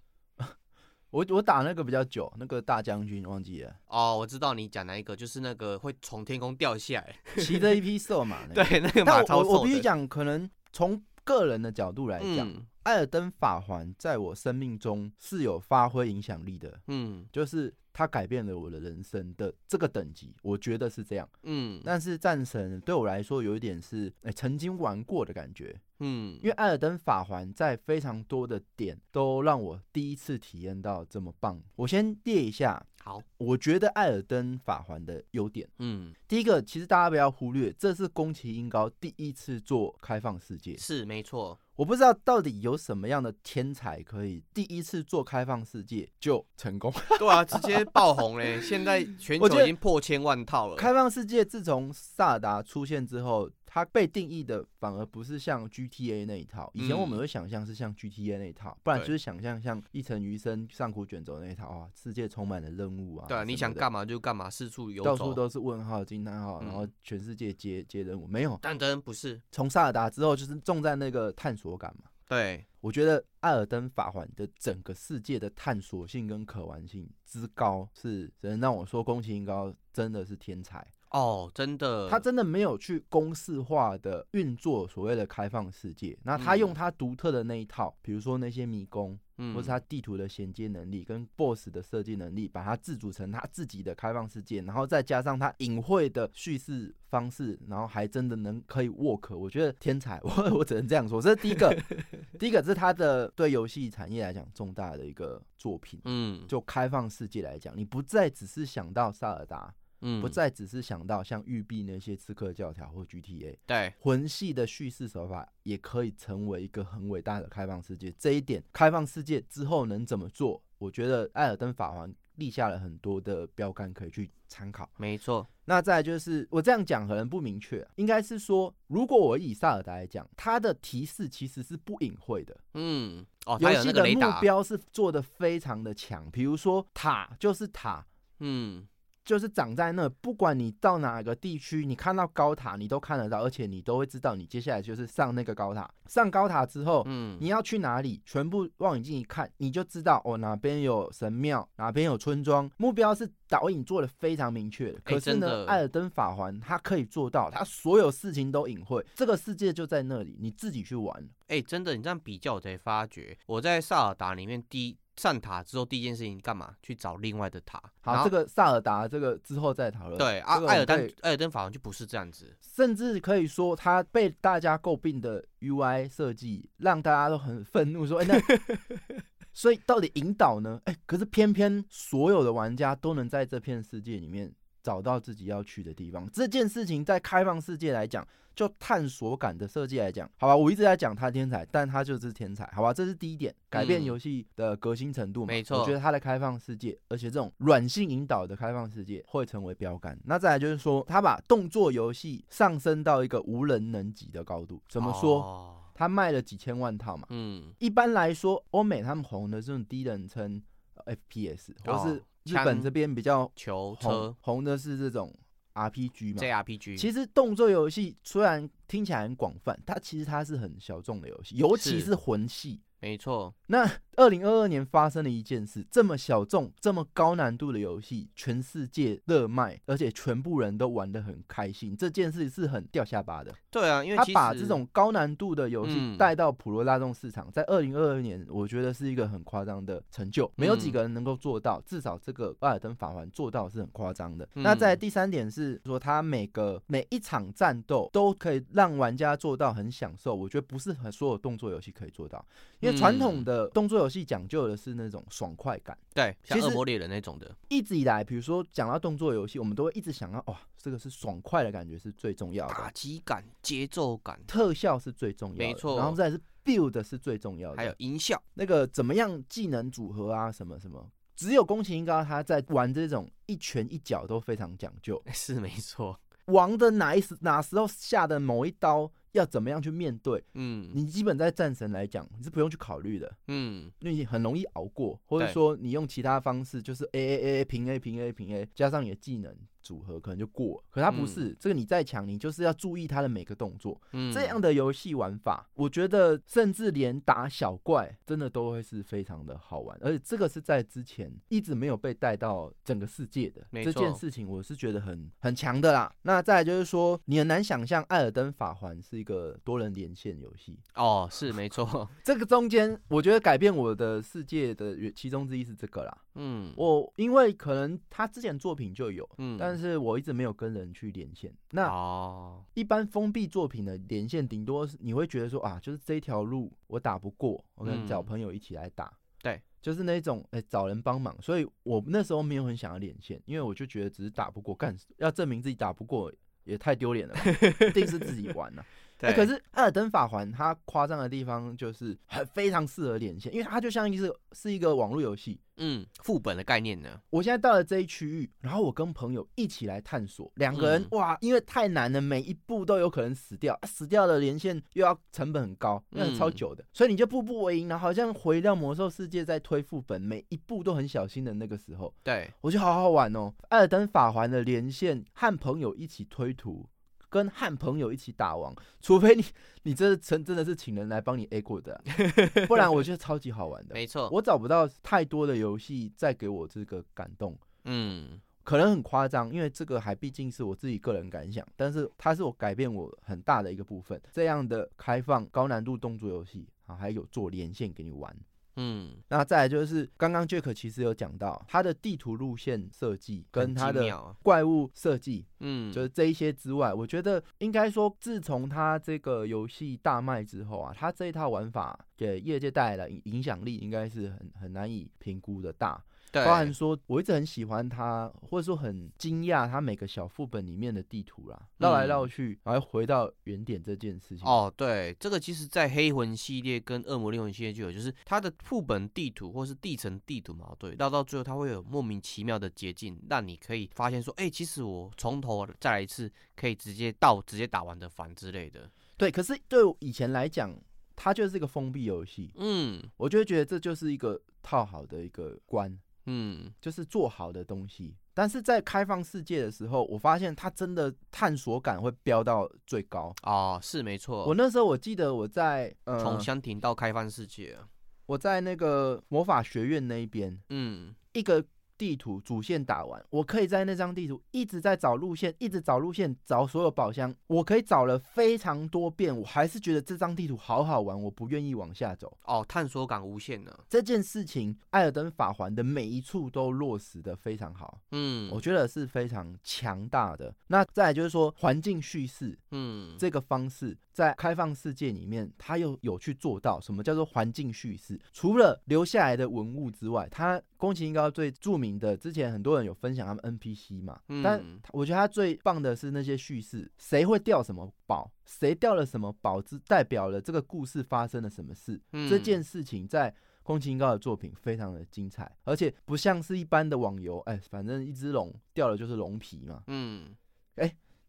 S5: 我我打那个比较久，那个大将军忘记了，
S6: 哦，我知道你讲哪一个，就是那个会从天空掉下来，
S5: 骑着一匹 *laughs* 兽马、
S6: *laughs*
S5: 那个，
S6: 对，那个马
S5: 但
S6: 超
S5: 我我
S6: 兽
S5: 我必须
S6: 的，
S5: 讲，可能从个人的角度来讲，
S6: 嗯
S5: 艾尔登法环》在我生命中是有发挥影响力的，
S6: 嗯
S5: 就是它改变了我的人生的这个等级，我觉得是这样。
S6: 嗯，
S5: 但是《战神》对我来说有一点是，哎、曾经玩过的感觉，
S6: 嗯，
S5: 因为《艾尔登法环》在非常多的点都让我第一次体验到这么棒。我先列一下，
S6: 好，
S5: 我觉得《艾尔登法环》的优点。
S6: 嗯，
S5: 第一个，其实大家不要忽略，这是宫崎英高第一次做开放世界，
S6: 是没错，
S5: 我不知道到底有什么样的天才可以第一次做开放世界就成
S6: *laughs*
S5: 功。
S6: 对啊，直接爆红嘞！现在全
S5: 我觉
S6: 球
S5: 得
S6: 已经破千万套了。
S5: 开放世界自从萨达出现之后，它被定义的反而不是像 GTA 那一套。以前我们
S6: 嗯
S5: 会想象是像 GTA 那一套，不然
S6: 对
S5: 就是想象像一城余生、上古卷轴那一套啊，世界充满了任务啊。
S6: 对啊，你想干
S5: 嘛？
S6: 嘛就干嘛，四处游
S5: 到
S6: 走。
S5: 处都是问号、惊叹号，然后
S6: 嗯
S5: 全世界接接任务，没有。
S6: 但真不是，
S5: 从萨尔达之后，就是重在那个探索感嘛。
S6: 对，
S5: 我觉得《艾尔登法环》的整个世界的探索性跟可玩性之高，是只能让我说宫崎英高真的是天才。
S6: 哦，真的，
S5: 他真的没有去公式化的运作所谓的开放世界，那他用
S6: 嗯
S5: 他独特的那一套，比如说那些迷宫，
S6: 嗯，
S5: 或是他地图的衔接能力跟 BOSS 的设计能力，把它自主成他自己的开放世界，然后再加上他隐晦的叙事方式，然后还真的能可以 work，我觉得天才， *laughs* 我我只能这样说，这是第一
S6: *laughs*
S5: 个，第一个这是他的对游戏产业来讲重大的一个作品。
S6: 嗯，
S5: 就开放世界来讲，你不再只是想到萨尔达，
S6: 嗯
S5: 不再只是想到像育碧那些刺客教条或 GTA，
S6: 对，
S5: 魂系的叙事手法也可以成为一个很伟大的开放世界。这一点，开放世界之后能怎么做？我觉得《艾尔登法环》立下了很多的标杆可以去参考。
S6: 没错，
S5: 那再来就是我这样讲可能不明确，啊应该是说，如果我以萨尔达来讲，它的提示其实是不隐晦的，
S6: 嗯，哦，它
S5: 游
S6: 有
S5: 戏
S6: 那个
S5: 的
S6: 雷
S5: 目
S6: 达，
S5: 标是做的非常的强，比如说塔就是塔，
S6: 嗯，
S5: 就是长在那，不管你到哪个地区，你看到高塔，你都看得到，而且你都会知道你接下来就是上那个高塔。上高塔之后，
S6: 嗯
S5: 你要去哪里，全部望远镜一看，你就知道哦，哪边有神庙，哪边有村庄。目标是导引做的非常明确的，
S6: 哎
S5: 可是
S6: 真
S5: 呢，
S6: 的
S5: 艾尔登法环它可以做到，它所有事情都隐晦，这个世界就在那里，你自己去玩。
S6: 哎、真的，你这样比较，我才发觉，我在萨尔达里面第一上塔之后，第一件事情干嘛？去找另外的塔。然
S5: 好，
S6: 后
S5: 这个萨尔达这个之后再讨论。
S6: 对啊
S5: 这，个
S6: 艾
S5: 我们可
S6: 尔登
S5: 以
S6: 艾尔登法环就不是这样子。
S5: 甚至可以说他被大家诟病的 UI 设计，让大家都很愤怒，说：“哎、那所以到底引导呢？哎、可是偏偏所有的玩家都能在这片世界里面找到自己要去的地方。这件事情在开放世界来讲，就探索感的设计来讲，好吧，我一直在讲他天才，但他就是天才，好吧，这是第一点，改变
S6: 嗯
S5: 游戏的革新程度嘛。
S6: 没错
S5: 我觉得它的开放世界，而且这种软性引导的开放世界会成为标杆。那再来就是说，他把动作游戏上升到一个无人能及的高度。怎么说？
S6: 哦
S5: 他卖了几千万套嘛。
S6: 嗯，
S5: 一般来说，欧美他们红的这种低人称呃 FPS，
S6: 哦
S5: 或是日
S6: 枪
S5: 本这边比较
S6: 球
S5: 红
S6: 车
S5: 红的是这种 RPG 嘛。
S6: JRPG，
S5: 其实动作游戏虽然听起来很广泛，它其实它是很小众的游戏，尤其
S6: 是
S5: 是魂系。
S6: 没错，
S5: 那二零二二年发生了一件事，这么小众、这么高难度的游戏，全世界热卖，而且全部人都玩得很开心，这件事是很掉下巴的。
S6: 对啊，因为
S5: 他
S6: 其
S5: 把
S6: 实
S5: 这种高难度的游
S6: 嗯
S5: 戏带到普罗大众市场，在二零二二年，我觉得是一个很夸张的成就，没有
S6: 嗯
S5: 几个人能够做到，至少这个《艾尔登法环》做到是很夸张的。
S6: 嗯
S5: 那在第三点是说，他每个每一场战斗都可以让玩家做到很享受，我觉得不是很所有动作游戏可以做到，因为传
S6: 嗯
S5: 统的动作游戏讲究的是那种爽快感。
S6: 对，像
S5: 其
S6: 恶
S5: 实
S6: 魔猎人那种的，
S5: 一直以来，比如说讲到动作游戏，我们都会一直想到哇，这个是爽快的感觉是最重要的，
S6: 打击感、节奏感，
S5: 特效是最重要的，
S6: 没错
S5: 然后再来是 build 是最重要的，
S6: 还有音效， *laughs*
S5: 那个怎么样技能组合啊，什么什么，只有宫崎英高他在玩这种一拳一脚都非常讲
S6: *laughs*
S5: 究，
S6: 是没错。
S5: 王的哪一时哪时候下的某一刀要怎么样去面对，
S6: 嗯
S5: 你基本在战神来讲你是不用去考虑的。
S6: 嗯，
S5: 因为你很容易熬过，或者
S6: 对
S5: 说你用其他方式，就是 A A A A 平 A 平 A 平 A，加上你的技能组合，可能就过了。可他不是，这个你再强，你就是要注意他的每个动作。
S6: 嗯
S5: 这样的游戏玩法，我觉得甚至连打小怪真的都会是非常的好玩，而且这个是在之前一直没有被带到整个世界的
S6: 没
S5: 这件
S6: 错
S5: 事情，我是觉得很很强的啦。那再来就是说，你很难想象《艾尔登法环》是一个多人连线游戏，
S6: 哦，是没错。
S5: 这个中间我觉得改变我的世界的原其中之一是这个啦。
S6: 嗯，
S5: 我因为可能他之前作品就有，
S6: 嗯
S5: 但是我一直没有跟人去连线。那
S6: 哦，
S5: 一般封闭作品的连线，顶多是你会觉得说啊，就是这一条路我打不过，我可能找
S6: 嗯
S5: 朋友一起来打。
S6: 对，
S5: 就是那种哎、找人帮忙，所以我那时候没有很想要连线，因为我就觉得只是打不过，干要证明自己打不过也太丢脸了吧，一定是自己玩
S6: *laughs*
S5: 了、哎，可是《艾尔登法环》它夸张的地方就是很非常适合连线，因为它就像是是一个网络游戏。
S6: 嗯，副本的概念呢？
S5: 我现在到了这一区域，然后我跟朋友一起来探索，两个人、
S6: 嗯
S5: 哇，因为太难了，每一步都有可能死掉，啊死掉的连线又要成本很高，那
S6: 嗯
S5: 是超久的，所以你就步步为营，然后好像回到魔兽世界在推副本，每一步都很小心的那个时候，
S6: 对，
S5: 我觉得好好玩哦。《艾尔登法环》的连线，和朋友一起推图，跟和朋友一起打王，除非你你这真真的是请人来帮你 A 过的啊、不然我觉得超级好玩的。
S6: 没错。
S5: 我找不到太多的游戏再给我这个感动。
S6: 嗯，
S5: 可能很夸张，因为这个还毕竟是我自己个人感想，但是它是我改变我很大的一个部分。这样的开放高难度动作游戏啊，还有做连线给你玩，
S6: 嗯，
S5: 那再来就是刚刚 Jack 其实有讲到他的地图路线设计跟
S6: 很
S5: 他
S6: 精
S5: 的
S6: 妙啊
S5: 怪物设计，
S6: 嗯，
S5: 就是这一些之外，我觉得应该说，自从他这个游戏大卖之后啊，他这一套玩法给业界带来的影影响力，应该是很很难以评估的大。
S6: 对，
S5: 包含说，我一直很喜欢他，或者说很惊讶他每个小副本里面的地图啦，绕来绕去，然后回到原点这件事情。
S6: 嗯哦，对，这个其实，在黑魂系列跟恶魔猎魂系列就有，就是它的副本地图或是地层地图嘛，对，到到最后它会有莫名其妙的捷径，让你可以发现说，哎、其实我从头再来一次，可以直接到直接打完的反之类的。
S5: 对，可是对我以前来讲，它就是一个封闭游戏，
S6: 嗯
S5: 我就会觉得这就是一个套好的一个关，
S6: 嗯，
S5: 就是做好的东西。但是在开放世界的时候，我发现它真的探索感会飙到最高。
S6: 哦，是没
S5: 我
S6: 错，
S5: 那时候我记得我在
S6: 从
S5: 呃，
S6: 香亭到开放世界啊，
S5: 我在那个魔法学院那一边，
S6: 嗯，
S5: 一个地图主线打完，我可以在那张地图一直在找路线，一直找路线，找所有宝箱，我可以找了非常多遍，我还是觉得这张地图好好玩，我不愿意往下走。
S6: 哦，探索感无限啊呢。
S5: 这件事情，《艾尔登法环》的每一处都落实的非常好，
S6: 嗯，
S5: 我觉得是非常强大的。那再来就是说，环境叙事
S6: 嗯，
S5: 这个方式在开放世界里面，它又有去做到什么叫做环境叙事？除了留下来的文物之外，它宫崎英高最著名的，之前很多人有分享他们 NPC 嘛，
S6: 嗯
S5: 但我觉得他最棒的是那些叙事，谁会掉什么宝，谁掉了什么宝，之代表了这个故事发生了什么事，
S6: 嗯
S5: 这件事情在。宫崎英高的作品非常的精彩，而且不像是一般的网游，哎，反正一只龙掉了就是龙皮嘛，
S6: 嗯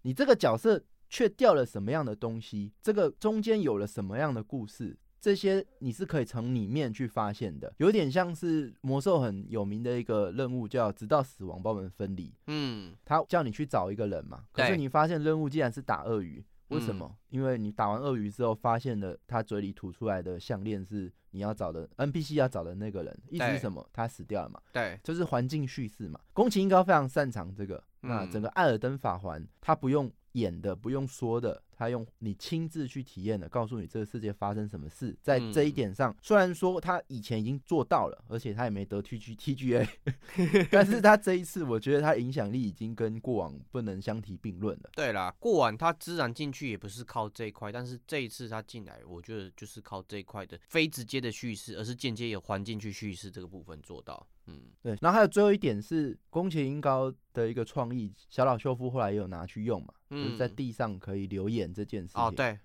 S5: 你这个角色却掉了什么样的东西，这个中间有了什么样的故事，这些你是可以从里面去发现的。有点像是魔兽很有名的一个任务叫“直到死亡把我们分离
S6: 嗯”，
S5: 他叫你去找一个人嘛，可是
S6: 对
S5: 你发现任务竟然是打鳄鱼。为什
S6: 嗯
S5: 么？因为你打完鳄鱼之后，发现了他嘴里吐出来的项链是你要找的 NPC 要找的那个人，意思是
S6: 对
S5: 什么？他死掉了嘛？
S6: 对，
S5: 就是环境叙事嘛。宫崎英高非常擅长这个。那
S6: 嗯
S5: 整个《艾尔登法环》，他不用演的，不用说的，他用你亲自去体验的，告诉你这个世界发生什么事。在这一
S6: 嗯
S5: 点上，虽然说他以前已经做到了，而且他也没得 T G T G A，但是他这一次，我觉得他影响力已经跟过往不能相提并论了。
S6: 对啦，过往他自然进去也不是靠这一块，但是这一次他进来，我觉得就是靠这一块的非直接的叙事，而是间接有环境去叙事这个部分做到。嗯
S5: 对，然后还有最后一点是宫崎英高的一个创意，小岛秀夫后来也有拿去用嘛，就是在
S6: 嗯
S5: 地上可以留言这件事情。
S6: 哦，对，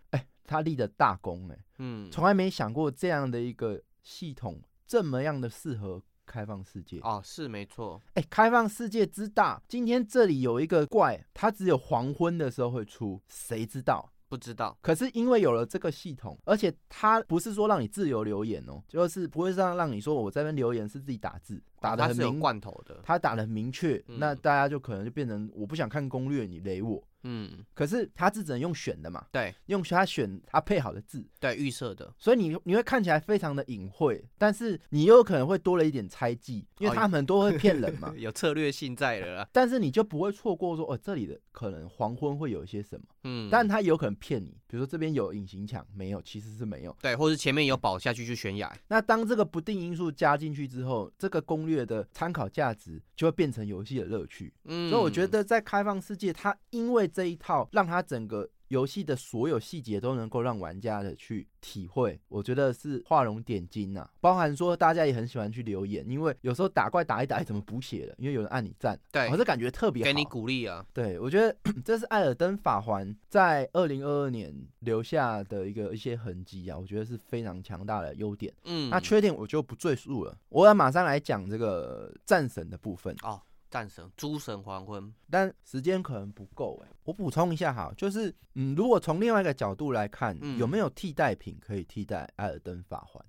S5: 他立的大功哎、
S6: 嗯，
S5: 从来没想过这样的一个系统这么样的适合开放世界。哎、
S6: 哦是没错，
S5: 开放世界之大，今天这里有一个怪，它只有黄昏的时候会出，谁知道？
S6: 不知道，
S5: 可是因为有了这个系统，而且它不是说让你自由留言哦，就是不会让让你说我这边留言是自己打字，打
S6: 哦
S5: 的
S6: 他
S5: 很
S6: 是有
S5: 明，
S6: 罐头的，
S5: 它打的很明确，
S6: 嗯
S5: 那大家就可能就变成我不想看攻略，你雷我。
S6: 嗯，
S5: 可是它是只能用选的嘛，
S6: 对
S5: 用它选它配好的字，
S6: 对，预设
S5: *laughs*
S6: 的，
S5: 所以你你会看起来非常的隐晦，但是你又有可能会多了一点猜忌，因为
S6: 哦
S5: 他们都会骗人
S6: *laughs*。
S5: 嘛
S6: 有策略性在了啦，
S5: 但是你就不会错过说，哦，这里的可能黄昏会有一些什么，
S6: 嗯，
S5: 但他有可能骗你，比如说这边有隐形墙，没有，其实是没有。
S6: 对，或是前面有保下去就悬崖，
S5: 那当这个不定因素加进去之后，这个攻略的参考价值就会变成游戏的乐趣。
S6: 嗯，
S5: 所以我觉得在开放世界，它因为这一套，让它整个游戏的所有细节都能够让玩家的去体会，我觉得是画龙点睛呐、包含说大家也很喜欢去留言，因为有时候打怪打一打，哎，怎么补血了？因为有人按你赞，哦
S6: 对
S5: 我、这感觉特别好。
S6: 哎给你鼓励啊，
S5: 对，我觉得 *clears throat* 这是《艾尔登法环》在二零二二年留下的一个一些痕迹啊，我觉得是非常强大的优点。
S6: 嗯，
S5: 那缺点我就不赘述了，我要马上来讲这个战神的部分。
S6: 哦，战神、诸神黄昏，
S5: 但时间可能不够哎、我补充一下哈，就是嗯，如果从另外一个角度来看，
S6: 嗯
S5: 有没有替代品可以替代艾尔登法环？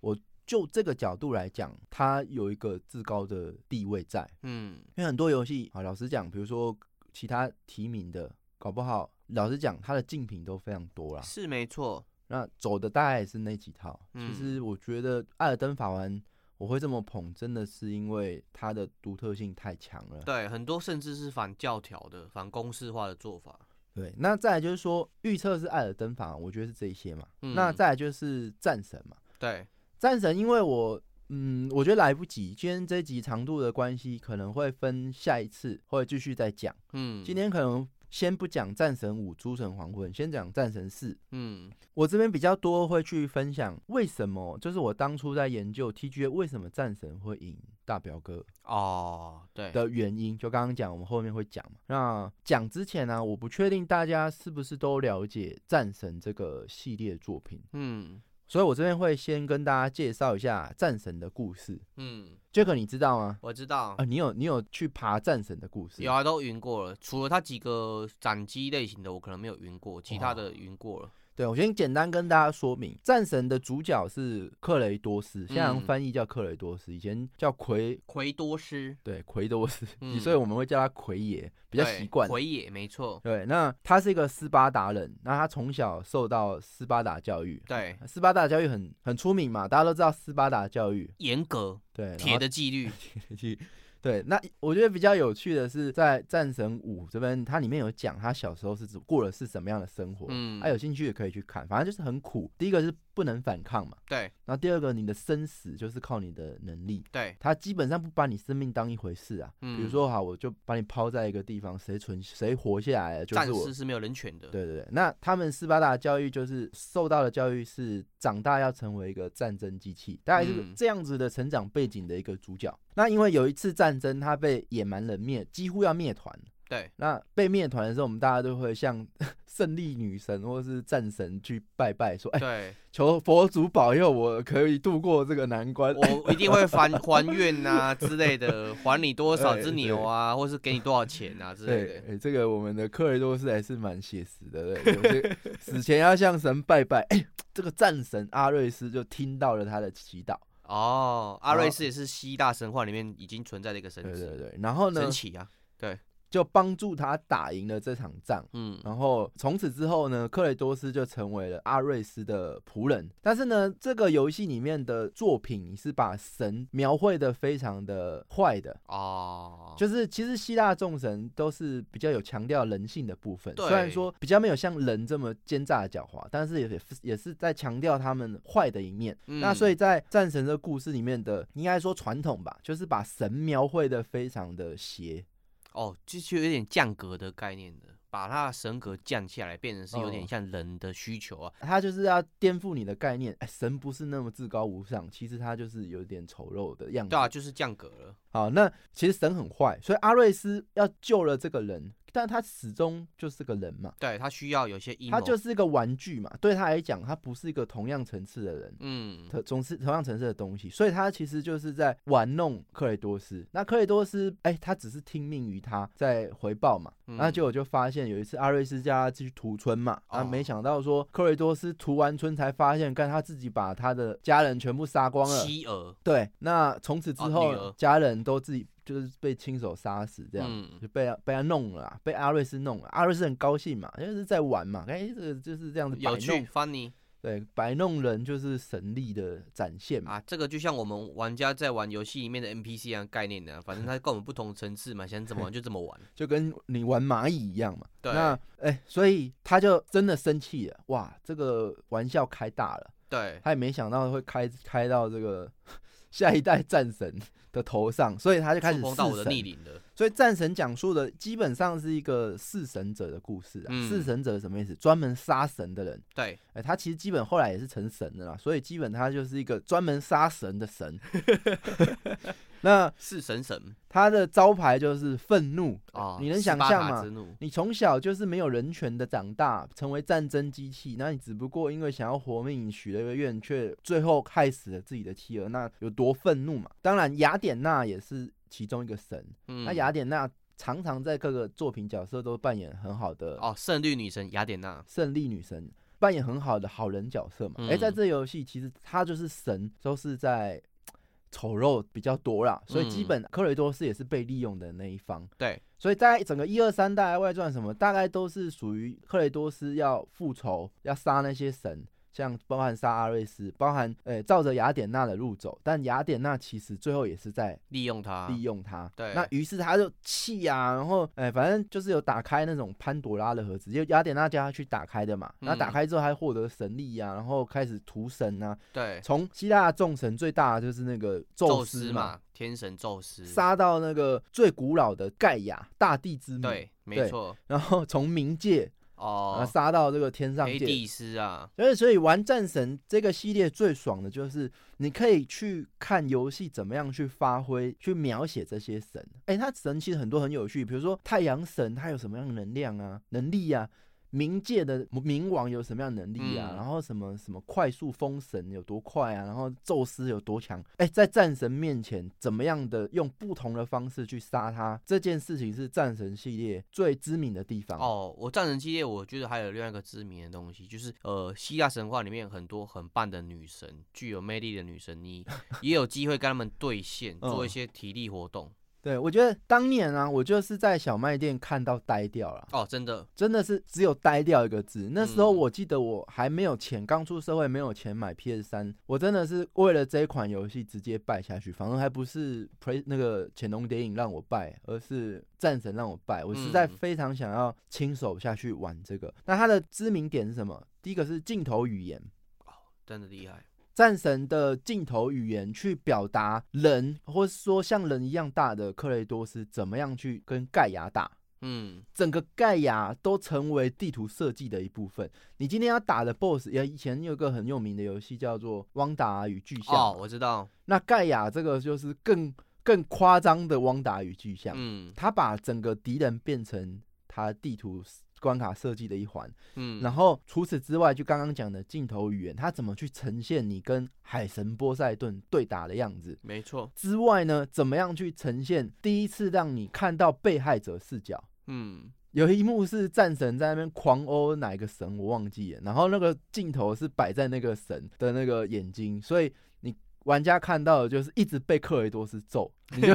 S5: 我就这个角度来讲，它有一个至高的地位在，
S6: 嗯
S5: 因为很多游戏啊，老实讲，比如说其他提名的，搞不好老实讲，它的竞品都非常多啦。
S6: 是没错，
S5: 那走的大概也是那几套。
S6: 嗯
S5: 其实我觉得《艾尔登法环》我会这么捧，真的是因为它的独特性太强了。
S6: 对，很多甚至是反教条的、反公式化的做法。
S5: 对，那再来就是说，预测是艾尔登法，我觉得是这一些嘛。
S6: 嗯
S5: 那再来就是战神嘛，
S6: 对，
S5: 战神因为我嗯，我觉得来不及，今天这一集长度的关系，可能会分下一次或者继续再讲。
S6: 嗯，
S5: 今，天可能先不讲战神五、诸神黄昏，先讲战神四。
S6: 嗯
S5: 我这边比较多会去分享为什么，就是我当初在研究 TGA 为什么战神会赢大表哥
S6: 哦，对，
S5: 的原因，就刚刚讲，我们后面会讲嘛。那讲之前呢、我不确定大家是不是都了解战神这个系列作品，
S6: 嗯
S5: 所以我这边会先跟大家介绍一下战神的故事。
S6: 嗯，
S5: 杰克，你知道吗？
S6: 我知道
S5: 啊、，你有你有去爬战神的故事？
S6: 有啊，都云过了，除了他几个斩击类型的，我可能没有云过，其
S5: 哇
S6: 他的云过了。
S5: 对，我先简单跟大家说明，战神的主角是克雷多斯，现在好像
S6: 嗯
S5: 翻译叫克雷多斯，以前叫奎
S6: 奎多斯
S5: 对，奎多斯，*laughs*
S6: 嗯
S5: 所以我们会叫他奎爷，比较
S6: 对
S5: 习惯。嗯
S6: 奎也没错，
S5: 对，那他是一个斯巴达人，那他从小受到斯巴达教育。
S6: 对，
S5: 斯巴达教育很很出名嘛，大家都知道斯巴达教育。
S6: 严格
S5: 对，然后
S6: 铁的纪律，
S5: 去对，那我觉得比较有趣的是，在《战神五》这边，它里面有讲他小时候是怎过的是什么样的生活，嗯，
S6: 嗯
S5: 他、有兴趣也可以去看，反正就是很苦。第一个是不能反抗嘛，
S6: 对
S5: 然后第二个你的生死就是靠你的能力，
S6: 对，
S5: 他基本上不把你生命当一回事啊。比如
S6: 嗯
S5: 说，好，我就把你抛在一个地方，谁存谁活下来了就
S6: 战
S5: 是我
S6: 士是没有人权的，
S5: 对对对，那他们斯巴达教育就是受到的教育是长大要成为一个战争机器，大概是
S6: 嗯
S5: 这样子的成长背景的一个主角。那因为有一次战争，他被野蛮人灭，几乎要灭团。
S6: 对
S5: 那被灭团的时候，我们大家都会向 *laughs* 胜利女神或是战神去拜拜，说：“哎、
S6: 对，
S5: 求佛祖保佑，我可以度过这个难关。”
S6: 我一定会还还愿啊之类的，还你多少只
S5: 对
S6: 牛啊，或是给你多少钱啊之
S5: 对，
S6: 类的。
S5: 哎，这个我们的克雷多斯还是蛮写实的，对，有
S6: *laughs*
S5: 些死前要向神拜拜。哎，这个战神阿瑞斯就听到了他的祈祷，
S6: 哦，阿
S5: 然后
S6: 瑞斯也是希腊神话里面已经存在的一个神
S5: 对对
S6: 祇，
S5: 对，然后呢
S6: 神，祇啊，
S5: 就帮助他打赢了这场仗。
S6: 嗯，
S5: 然后从此之后呢，克雷多斯就成为了阿瑞斯的仆人。但是呢，这个游戏里面的作品是把神描绘的非常的坏的，
S6: 哦，
S5: 就是其实希腊众神都是比较有强调人性的部分，
S6: 对
S5: 虽然说比较没有像人这么奸诈狡猾，但是也也是也是在强调他们坏的一面。
S6: 嗯
S5: 那所以在战神这故事里面的，应该说传统吧，就是把神描绘的非常的邪，
S6: 哦，就是有点降格的概念的，把他的神格降下来，变成是有
S5: 哦
S6: 点像人的需求啊。
S5: 他就是要颠覆你的概念，哎，神不是那么至高无上，其实他就是有点丑陋的样子。
S6: 对啊，就是降格了。
S5: 好，那其实神很坏，所以阿瑞斯要救了这个人，但他始终就是个人嘛。
S6: 对他需要有些阴谋，
S5: 他就是一个玩具嘛，对他来讲，他不是一个同样层次的人，
S6: 嗯，
S5: 同同是同样层次的东西，所以他其实就是在玩弄克雷多斯。那克雷多斯，哎、他只是听命于他在回报嘛。
S6: 嗯
S5: 那结果就发现有一次阿瑞斯叫他去屠村嘛，啊，
S6: 哦
S5: 没想到说克雷多斯屠完村才发现，干他自己把他的家人全部杀光了。
S6: 西俄，
S5: 对，那从此之
S6: 哦
S5: 后，
S6: 女儿
S5: 家人都自己就是被亲手杀死，这样、
S6: 嗯
S5: 就被他被他弄了啦，啊被阿瑞斯弄了。阿瑞斯很高兴嘛，因为是在玩嘛，哎、这个就是这样子摆
S6: 有趣
S5: 弄，
S6: ，funny
S5: 对，摆弄人就是神力的展现嘛。
S6: 啊，这个就像我们玩家在玩游戏里面的 NPC 一样概念的、啊，反正他跟我们不同层次嘛，想怎么玩就怎么
S5: *laughs*
S6: 玩。
S5: 就跟你玩蚂蚁一样嘛。
S6: 对
S5: 那哎、所以他就真的生气了，哇，这个玩笑开大了，
S6: 对，
S5: 他也没想到会开开到这个 *laughs* 下一代战神的头上，所以他就开始
S6: 触碰到我
S5: 弑
S6: 的逆
S5: 神。
S6: 鳞了。
S5: 所以战神讲述的基本上是一个弑神者的故事啊。
S6: 嗯
S5: 弑神者是什么意思？专门杀神的人。
S6: 对，
S5: 哎、他其实基本后来也是成神的啦，所以基本他就是一个专门杀神的神。 *laughs* 那
S6: 是神神
S5: 他的招牌就是愤怒
S6: 啊，
S5: 你能
S6: 斯
S5: 想
S6: 巴
S5: 象
S6: 达
S5: 吗
S6: 之？怒
S5: 你从小就是没有人权的长大，成为战争机器，那你只不过因为想要活命，你许了一个愿，却最后害死了自己的妻儿，那有多愤怒嘛？当然，雅典娜也是其中一个神，
S6: 嗯
S5: 那雅典娜常常在各个作品角色都扮演很好的
S6: 哦，圣绿女神雅典娜，
S5: 胜利女神，扮演很好的好人角色嘛。哎、在
S6: 嗯
S5: 这游戏其实她就是神，都是在丑陋比较多啦，所以基
S6: 嗯
S5: 本克雷多斯也是被利用的那一方。
S6: 对，
S5: 所以在整个一二三代外传什么，大概都是属于克雷多斯要复仇，要杀那些神，像包含杀阿瑞斯，包含呃、照着雅典娜的路走，但雅典娜其实最后也是在
S6: 利用他，
S5: 利用他。
S6: 啊对
S5: 那于是他就气呀、然后哎、反正就是有打开那种潘朵拉的盒子，就雅典娜叫他去打开的嘛。那打
S6: 嗯
S5: 开之后，他获得神力呀、然后开始屠神啊。
S6: 对，
S5: 从希腊众神最大的就是那个宙
S6: 宙
S5: 斯
S6: 斯
S5: 嘛，
S6: 嘛，天神宙斯，
S5: 杀到那个最古老的盖亚大地之母，
S6: 对，没
S5: 对
S6: 错，
S5: 然后从冥界啊
S6: 哦，
S5: 杀到这个天上
S6: 黑
S5: 界。
S6: 帝斯啊，
S5: 所以，所以玩战神这个系列最爽的就是，你可以去看游戏怎么样去发挥、去描写这些神。哎，它神其实很多很有趣，比如说太阳神，它有什么样的能量啊、能力啊？冥界的冥王有什么样的能力啊？
S6: 嗯
S5: 然后什么什么快速封神有多快啊？然后宙斯有多强？哎，在战神面前，怎么样的用不同的方式去杀他？这件事情是战神系列最知名的地方。
S6: 哦，我战神系列，我觉得还有另外一个知名的东西，就是呃，希腊神话里面很多很棒的
S5: *laughs*
S6: 女神，具有魅力的女神，你也有机会跟她们对线，做
S5: 嗯
S6: 一些体力活动。
S5: 对，我觉得当年啊，我就是在小卖店看到呆掉了，
S6: 哦，真的，
S5: 真的是只有呆掉一个字。那时候
S6: 嗯
S5: 我记得我还没有钱，刚出社会没有钱买 PS 三，我真的是为了这一款游戏直接败下去。反而还不是 Play 那个潜龙谍影让我败，而是战神让我败。我实在
S6: 嗯
S5: 非常想要亲手下去玩这个。那它的知名点是什么？第一个是镜头语言，
S6: 真的厉害。
S5: 战神的镜头语言去表达人，或是说像人一样大的克雷多斯怎么样去跟盖亚打。
S6: 嗯，
S5: 整个盖亚都成为地图设计的一部分。你今天要打的 BOSS，也以前有个很有名的游戏叫做《汪达与巨像》
S6: 哦，我知道，
S5: 那盖亚这个就是更更夸张的《汪达与巨像》
S6: 嗯
S5: 他把整个敌人变成他地图关卡设计的一环。
S6: 嗯，
S5: 然
S6: 后
S5: 后除此之外，就刚刚讲的镜头语言，它怎么去呈现你跟海神波塞顿对打的样子？
S6: 没错，
S5: 之外呢，怎么样去呈现第一次让你看到被害者视角？
S6: 嗯，
S5: 有一幕是战神在那边狂殴哪一个神，我忘记了。然后那个镜头是摆在那个神的那个眼睛，所以你玩家看到的就是一直被克雷多斯揍，你就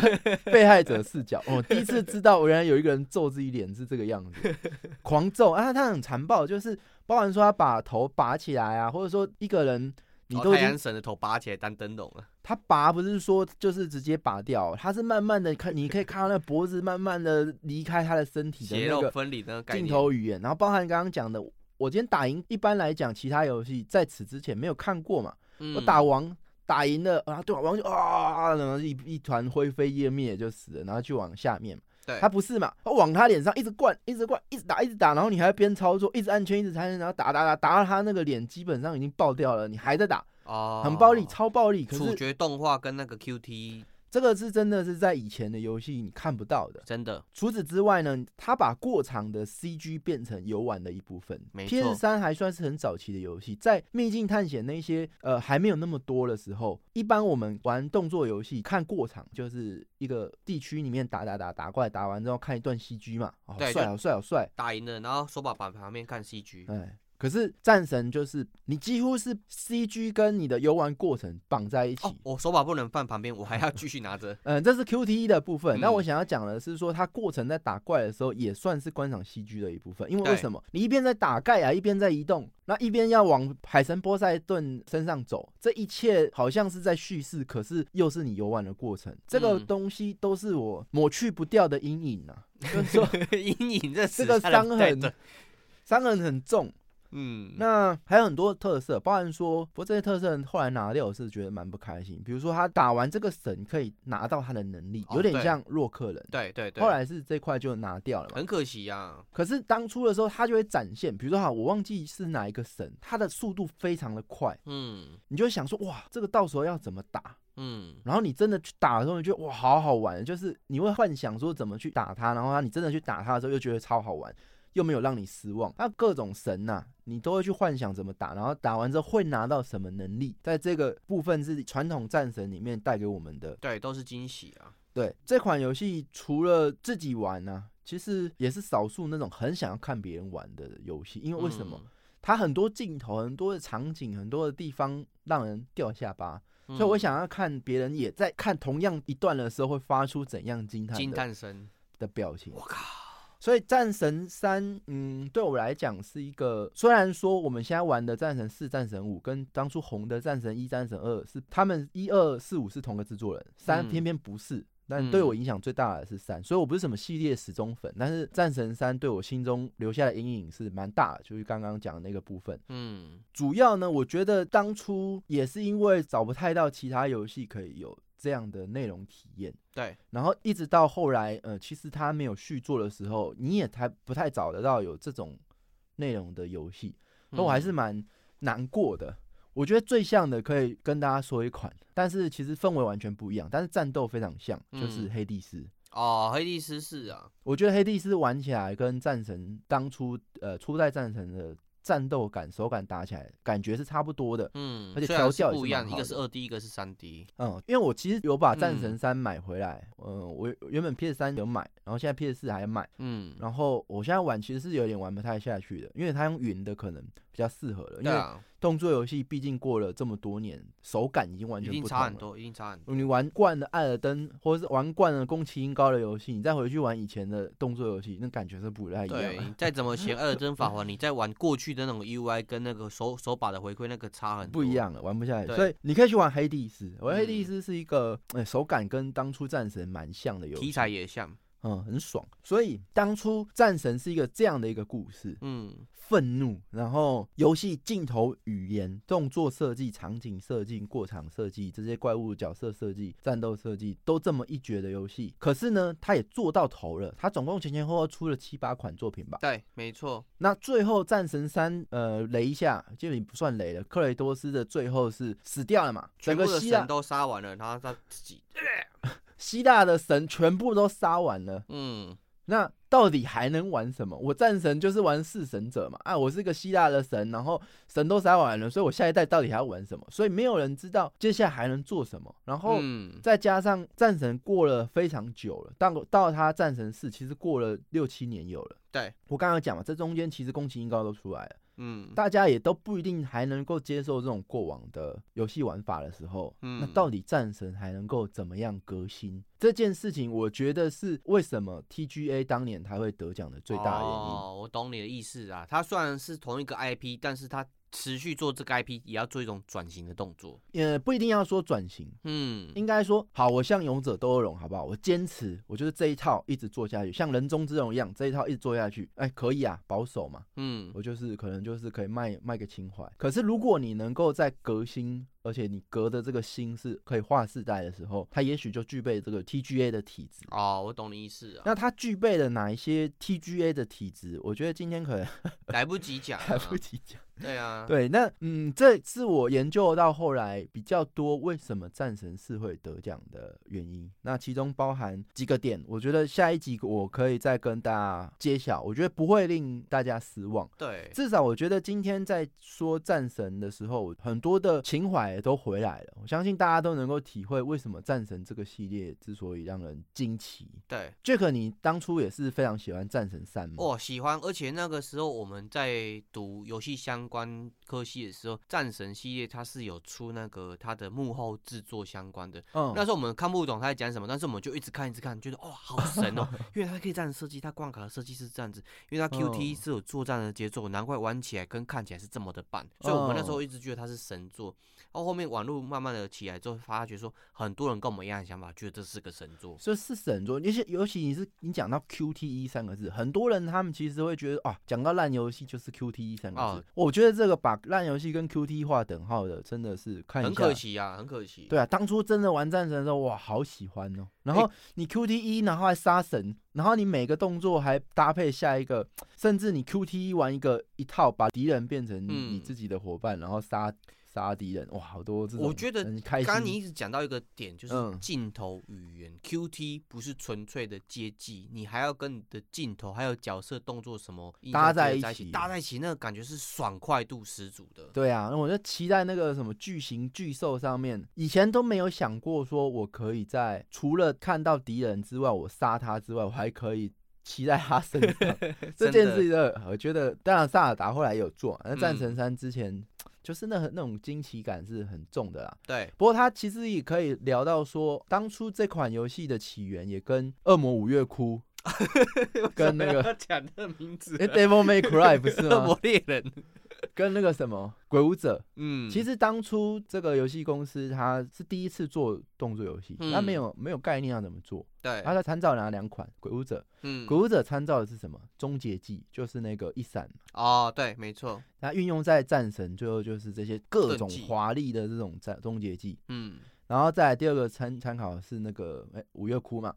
S5: 被害者视
S6: *laughs*
S5: 角。哦，第一次知道原来有一个人揍自己脸是这个样子，狂揍啊！他很残暴，就是包含说他把头拔起来啊，或者说一个人你
S6: 哦
S5: 都已
S6: 太
S5: 经
S6: 阳神的头拔起来当灯笼了，
S5: 他拔不是说就是直接拔掉，他是慢慢的看，你可以看到那脖子慢慢的离开他的身体的
S6: 血
S5: 那
S6: 肉
S5: 个
S6: 分离的那个概
S5: 镜
S6: 念，
S5: 头语言，然后包含刚刚讲的，我今天打赢，一般来讲其他游戏在此之前没有看过嘛，
S6: 嗯
S5: 我打王打赢了，然后对王就啊，然后一一团灰飞烟灭就死了，然后就往下面嘛。
S6: 对
S5: 他不是嘛，他往他脸上一直灌，一直灌，一直打，一直打，然后你还要边操作，一直按圈，一直按圈，然后打打打打到他那个脸基本上已经爆掉了，你还在打，
S6: 哦，
S5: 很暴力，超暴力。可
S6: 处
S5: 是
S6: 决动画跟那个 QT
S5: 这个是真的是在以前的游戏你看不到的。
S6: 真的
S5: 除此之外呢，他把过场的 CG 变成游玩的一部分。
S6: 没错
S5: PS 三还算是很早期的游戏，在《秘境探险》那些呃还没有那么多的时候，一般我们玩动作游戏看过场，就是一个地区里面打打打打怪，打完之后看一段 CG 嘛，哦好
S6: 对
S5: 帅
S6: 就
S5: 好帅好帅，
S6: 打赢了，然后手把把旁边看 CG，
S5: 哎。可是战神就是你几乎是 CG 跟你的游玩过程绑在一起，
S6: 哦，我手把不能放旁边，我还要继续拿 *laughs* 着，
S5: 嗯，这是 QTE 的部分。那我
S6: 嗯
S5: 想要讲的是说，它过程在打怪的时候也算是观赏戏剧的一部分，因为为
S6: 对
S5: 什么？你一边在打怪啊，一边在移动，那一边要往海神波塞顿身上走，这一切好像是在叙事，可是又是你游玩的过程。这个
S6: 嗯
S5: 东西都是我抹去不掉的阴影啊，就是
S6: *laughs*
S5: 说
S6: 阴影这
S5: 这
S6: 死
S5: 个
S6: 下的
S5: 伤痕
S6: 对对，
S5: 伤痕很重。
S6: 嗯，
S5: 那还有很多特色，包含说，不过这些特色后来拿掉，我是觉得蛮不开心。比如说，他打完这个神可以拿到他的能力，
S6: 哦
S5: 有点
S6: 对
S5: 像洛克人。
S6: 对对对，
S5: 后来是这块就拿掉了嘛。
S6: 很可惜啊，
S5: 可是当初的时候，它就会展现，比如说哈，我忘记是哪一个神，它的速度非常的快，
S6: 嗯
S5: 你就会想说，哇，这个到时候要怎么打？
S6: 嗯，
S5: 然后你真的去打的时候，你觉得哇，好好玩，就是你会幻想说怎么去打它，然后它你真的去打它的时候，又觉得超好玩，又没有让你失望。那各种神呐、你都会去幻想怎么打，然后打完之后会拿到什么能力，在这个部分是传统战神里面带给我们的
S6: 对，都是惊喜啊，
S5: 对这款游戏，除了自己玩呢、其实也是少数那种很想要看别人玩的游戏。因为为什么？
S6: 嗯？
S5: 它很多镜头、很多的场景、很多的地方让人掉下巴，所以我
S6: 嗯
S5: 想要看别人也在看同样一段的时候会发出怎样惊叹
S6: 惊
S5: 的
S6: 叹声，
S5: 的表情。
S6: 我靠，
S5: 所以《战神三》，嗯，对我来讲是一个，虽然说我们现在玩的《战神四》《战神五》跟当初红的《战神一》《战神二》是他们一二四五是同个制作人，三
S6: 嗯
S5: 偏偏不是。但对我影响最大的是三，所以我不是什么系列始终粉，但是《战神三》对我心中留下的阴影是蛮大的，就是刚刚讲的那个部分。
S6: 嗯
S5: 主要呢，我觉得当初也是因为找不太到其他游戏可以有这样的内容体验，
S6: 对，
S5: 然后一直到后来，呃，其实他没有续作的时候，你也才不太找得到有这种内容的游戏，那我还是
S6: 嗯
S5: 蛮难过的。我觉得最像的可以跟大家说一款，但是其实氛围完全不一样，但是战斗非常像，就是
S6: 嗯
S5: 黑帝斯。
S6: 哦，黑帝斯是啊，
S5: 我觉得黑帝斯玩起来跟战神当初呃初代战神的战斗感、手感打起来感觉是差不多的，
S6: 嗯，
S5: 而且
S6: 虽
S5: 调
S6: 然是
S5: 教也
S6: 不
S5: 是
S6: 一
S5: 蛮
S6: 样，一
S5: 好
S6: 个是
S5: 的
S6: 二 D，一个是三 D。
S5: 嗯，因为我其实有把战神
S6: 嗯
S5: 三买回来，嗯，我原本 PS 三有买，然后现在 PS 四还买，
S6: 嗯，
S5: 然后我现在玩其实是有点玩不太下去的，因为它用云的可能比较适合了，因
S6: 对
S5: 为
S6: 啊，
S5: 动作游戏毕竟过了这么多年，手感已经完
S6: 一
S5: 全
S6: 定
S5: 不同
S6: 差很
S5: 了。
S6: 多，一定差很多。
S5: 你玩惯了《艾尔登》，或者是玩惯了宫崎英高的游戏，你再回去玩以前的动作游戏，那感觉是不太一样啊 *laughs*
S6: 对
S5: 的，
S6: 你再怎么写《二真法环》，你再玩过去的那种 UI 跟那个手手把的回馈，那个差很多。
S5: 不一。样了，玩不下来。
S6: 对
S5: 所以你可以去玩《黑帝斯》，我《黑帝
S6: 嗯
S5: 斯》是一个、呃手感跟当初战神蛮像的游
S6: 题
S5: 戏，
S6: 材也像，
S5: 嗯，很爽。所以当初战神是一个这样的一个故事，
S6: 嗯，
S5: 愤怒，然后游戏镜头语言、动作设计、场景设计、过场设计，这些怪物角色设计、战斗设计都这么一绝的游戏。可是呢，它也做到头了，它总共前前后后出了七八款作品吧。
S6: 对，没错，
S5: 那最后战神三，呃，雷一下，就你不算雷了。克雷多斯的最后是死掉了嘛？整
S6: 全
S5: 个
S6: 部的
S5: 希腊
S6: 神都杀完了，然后他自己，
S5: 希腊的神全部都杀完了。
S6: 嗯，
S5: 那到底还能玩什么？我战神就是玩弑神者嘛，啊，我是个希腊的神，然后神都杀完了，所以我下一代到底还要玩什么？所以没有人知道接下来还能做什么。然后
S6: 嗯，
S5: 再加上战神过了非常久了，到到他战神四其实过了六七年有了。
S6: 对，
S5: 我刚刚有讲嘛，这中间其实宫崎英高都出来了，
S6: 嗯，
S5: 大家也都不一定还能够接受这种过往的游戏玩法的时候，
S6: 嗯
S5: 那到底战神还能够怎么样革新这件事情？我觉得是为什么 TGA 当年它会得奖的最大的原因。
S6: 哦，我懂你的意思啊。它虽然是同一个 IP，但是它持续做这个 IP，也要做一种转型的动作。
S5: 呃，不一定要说转型，
S6: 嗯，
S5: 应该说好，我像勇者斗恶龙好不好？我坚持，我就是这一套一直做下去，像人中之龙一样，这一套一直做下去，哎，可以啊，保守嘛，
S6: 嗯，
S5: 我就是可能就是可以卖卖个情怀。可是如果你能够在革新，而且你革的这个新是可以划世代的时候，它也许就具备这个 TGA 的体质。
S6: 哦，我懂你意思啊。
S5: 那它具备了哪一些 TGA 的体质？我觉得今天可能
S6: 来不及讲、啊，
S5: *laughs* 来不及
S6: *laughs*
S5: 讲。
S6: 对啊，
S5: 对，那嗯，这是我研究到后来比较多为什么战神四会得奖的原因。那其中包含几个点，我觉得下一集我可以再跟大家揭晓，我觉得不会令大家失望。
S6: 对，
S5: 至少我觉得今天在说战神的时候，很多的情怀也都回来了。我相信大家都能够体会为什么战神这个系列之所以让人惊奇。
S6: 对，
S5: Jack，你当初也是非常喜欢战神三吗？
S6: 我哦喜欢，而且那个时候我们在读游戏相关科系的时候，战神系列它是有出那个它的幕后制作相关的。
S5: 嗯
S6: 那时候我们看不懂他在讲什么，但是我们就一直看，一直看，觉得哇、好神
S5: *laughs*
S6: 哦！因为它可以这样设计，它关卡的设计是这样子，因为它 QT
S5: 嗯
S6: 是有作战的节奏，难怪玩起来跟看起来是这么的棒。所以我们那时
S5: 嗯
S6: 候一直觉得它是神作，然后后面网络慢慢的起来之后，发觉说很多人跟我们一样的想法，觉得这是个神作。
S5: 所以是神作，尤其尤其你是你讲到 QTE 三个字，很多人他们其实会觉得啊，讲到烂游戏就是 QTE 三个字。
S6: 哦
S5: 我觉得这个把烂游戏跟 QTE 划等号的，真的是看一下
S6: 很可惜啊，很可惜。
S5: 对啊，当初真的玩战神的时候，哇，好喜欢哦。然后你 QTE，然后还杀神，然后你每个动作还搭配下一个，甚至你 QTE 玩一个一套，把敌人变成
S6: 嗯
S5: 你自己的伙伴，然后杀杀敌人，哇，好多这种
S6: 我觉得
S5: 很开
S6: 刚刚你
S5: 心。
S6: 一直讲到一个点，就是
S5: 嗯
S6: 镜头语言、QT 不是纯粹的接技，你还要跟你的镜头还有角色动作什么应
S5: 搭
S6: 用
S5: 在
S6: 结合
S5: 一
S6: 在
S5: 起
S6: 搭在一起那个感觉是爽快度十足的。
S5: 对啊，那我就期待那个什么巨型巨兽上面，以前都没有想过说我可以在除了看到敌人之外，我杀他之外，我还可以骑在他身
S6: *laughs*
S5: 上。这
S6: 真
S5: 件
S6: 的
S5: 事情真的，我觉得当然萨尔达后来也有做，那战
S6: 嗯
S5: 神三之前、就是那那种惊奇感是很重的啦。
S6: 对，
S5: 不过他其实也可以聊到说，当初这款游戏的起源也跟《恶魔五月
S6: *laughs*
S5: 哭》跟那个哎
S6: 讲的名字
S5: 诶《Devil May Cry》不是
S6: *laughs* 恶
S5: 吗
S6: 魔？猎人，
S5: 跟那个什么《鬼舞者》
S6: 嗯，
S5: 其实当初这个游戏公司它是第一次做动作游戏，它没
S6: 嗯
S5: 有没有概念要怎么做，
S6: 对，
S5: 它在参照哪两款《鬼舞者》
S6: 嗯
S5: 鬼，舞者》参照的是什么？终结技，就是那个一闪嘛，
S6: 哦，对，没错，
S5: 它运用在战神，最后就是这些各
S6: 盾
S5: 种
S6: 技
S5: 华丽的这种战终结技。
S6: 嗯，
S5: 然后再来第二个参参考是那个哎、五月
S6: *laughs*
S5: 哭嘛，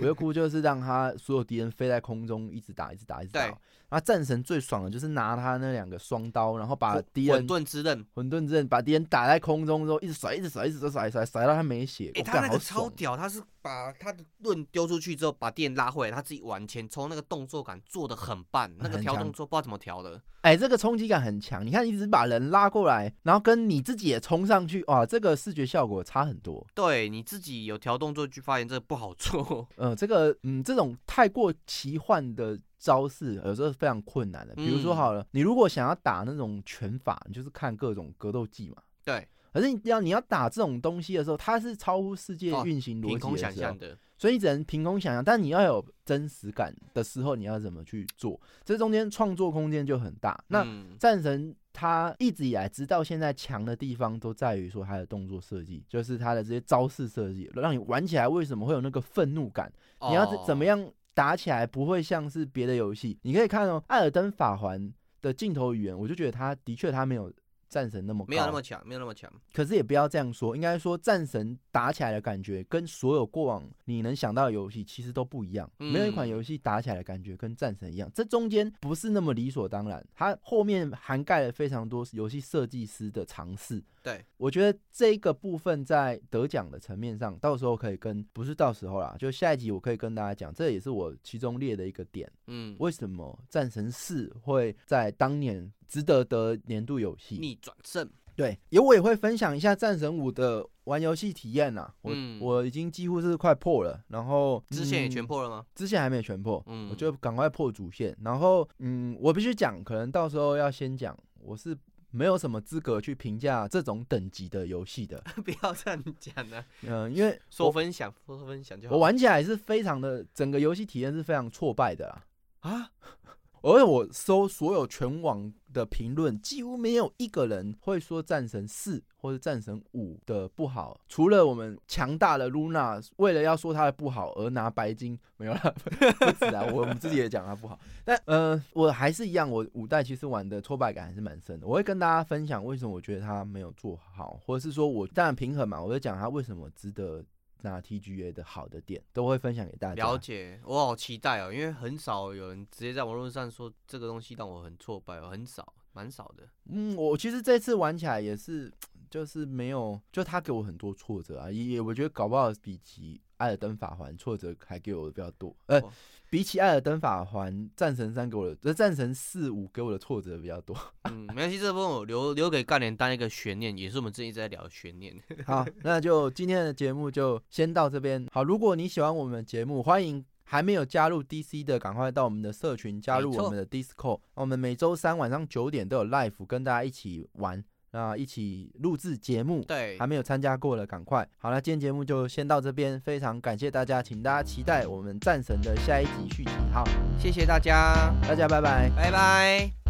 S5: 五月哭就是让他所有敌人飞在空中一直打一直打一直打
S6: 对。
S5: 那战神最爽的就是拿他那两个双刀，然后把
S6: 混
S5: 敌
S6: 混
S5: 人
S6: 沌之刃，
S5: 混沌阵把敌人打在空中之后，一直甩，一直甩，一直甩，甩甩甩到他没血。
S6: 诶，
S5: 我
S6: 哎他
S5: 干
S6: 那
S5: 好
S6: 个超
S5: 爽
S6: 屌，他是把他的盾丢出去之后，把电拉回来，他自己往前冲，那个动作感做的很棒，那个
S5: 很
S6: 调
S5: 强
S6: 动作不知道怎么调的，
S5: 哎、这个冲击感很强。你看，一直把人拉过来，然后跟你自己也冲上去，哇，这个视觉效果差很多。
S6: 对你自己有调动作去发现这个不好做，
S5: 呃，这个嗯，这种太过奇幻的招式有时候是非常困难的。比如说
S6: 嗯
S5: 好了，你如果想要打那种拳法，你就是看各种格斗技嘛。
S6: 对，
S5: 可是你要你要打这种东西的时候，它是超乎世界
S6: 哦
S5: 运行 *laughs* 逻
S6: 凭空
S5: 辑啊的
S6: 想
S5: 时候
S6: 象，的，
S5: 所以你只能凭空想象。但你要有真实感的时候，你要怎么去做？这中间创作空间就很大。那
S6: 嗯
S5: 战神他一直以来直到现在强的地方都在于说他的动作设计，就是他的这些招式设计，让你玩起来为什么会有那个愤怒感？你要怎怎么？
S6: 哦
S5: 样打起来不会像是别的游戏？你可以看哦，《艾尔登法环》的镜头语言，我就觉得他的确他没有战神那么高，
S6: 哦没有那么强，没有那么强。
S5: 可是也不要这样说，应该说战神打起来的感觉跟所有过往你能想到的游戏其实都不一样，
S6: 嗯
S5: 没有一款游戏打起来的感觉跟战神一样。这中间不是那么理所当然，它后面涵盖了非常多游戏设计师的尝试。
S6: 对，
S5: 我觉得这个部分在得奖的层面上，到时候可以跟不是到时候啦，就下一集我可以跟大家讲，这也是我其中列的一个点，
S6: 嗯，
S5: 为什么战神四会在当年值得得年度游戏。
S6: 逆转胜，
S5: 对，也我也会分享一下《战神五》的玩游戏体验呐、我、
S6: 嗯
S5: 我已经几乎是快破了，然后
S6: 支线也
S5: 嗯
S6: 全破了吗？ *laughs*
S5: 之前还没全破，
S6: 嗯
S5: 我就赶快破主线。然后，嗯，我必须讲，可能到时候要先讲，我是没有什么资格去评价这种等级的游戏的，
S6: 不要这样讲呢，
S5: 嗯、因为
S6: 说
S5: 我
S6: 分享，说分享就好。
S5: 我玩起来是非常的，整个游戏体验是非常挫败的啦。
S6: 啊，
S5: *laughs* 而且我搜所有全网的评论，几乎没有一个人会说《战神四》或者《战神五》的不好，除了我们强大的 Luna 为了要说它的不好而拿白金，没有啦， *laughs* 不止啊，我我们自己也讲它不好。但呃，我还是一样，我五代其实玩的挫败感还是蛮深的。我会跟大家分享为什么我觉得它没有做好，或者是说我当然平衡嘛，我就讲它为什么值得拿 TGA 的好的点，都会分享给大家。
S6: 了解，我好期待哦，因为很少有人直接在网络上说这个东西让我很挫败哦，很少，蛮少的。
S5: 嗯，我其实这次玩起来也是，就是没有，就他给我很多挫折啊，也也我觉得搞不好比起《艾尔登法环》挫折还给我的比较多，呃，
S6: 哦
S5: 比起《艾尔登法环》《战神三》给我的，呃，《战神四五》给我的挫折比较多。
S6: 嗯，没关系，这部分我留留给干联当一个悬念，也是我们之前一直在聊的悬念。 *laughs*
S5: *laughs* 好，那就今天的节目就先到这边。好，如果你喜欢我们的节目，欢迎还没有加入 DC 的，赶快到我们的社群加入
S6: 没错
S5: 我们的 Discord。那我们每周三晚上九点都有 live 跟大家一起玩，那一起录制节目。*laughs*
S6: 对
S5: 还，没有参加过的，赶快！好了，今天节目就先到这边，非常感谢大家，请大家期待我们战神的下一集续集。好，
S6: 谢谢大家，
S5: 大家拜拜。
S6: 拜拜。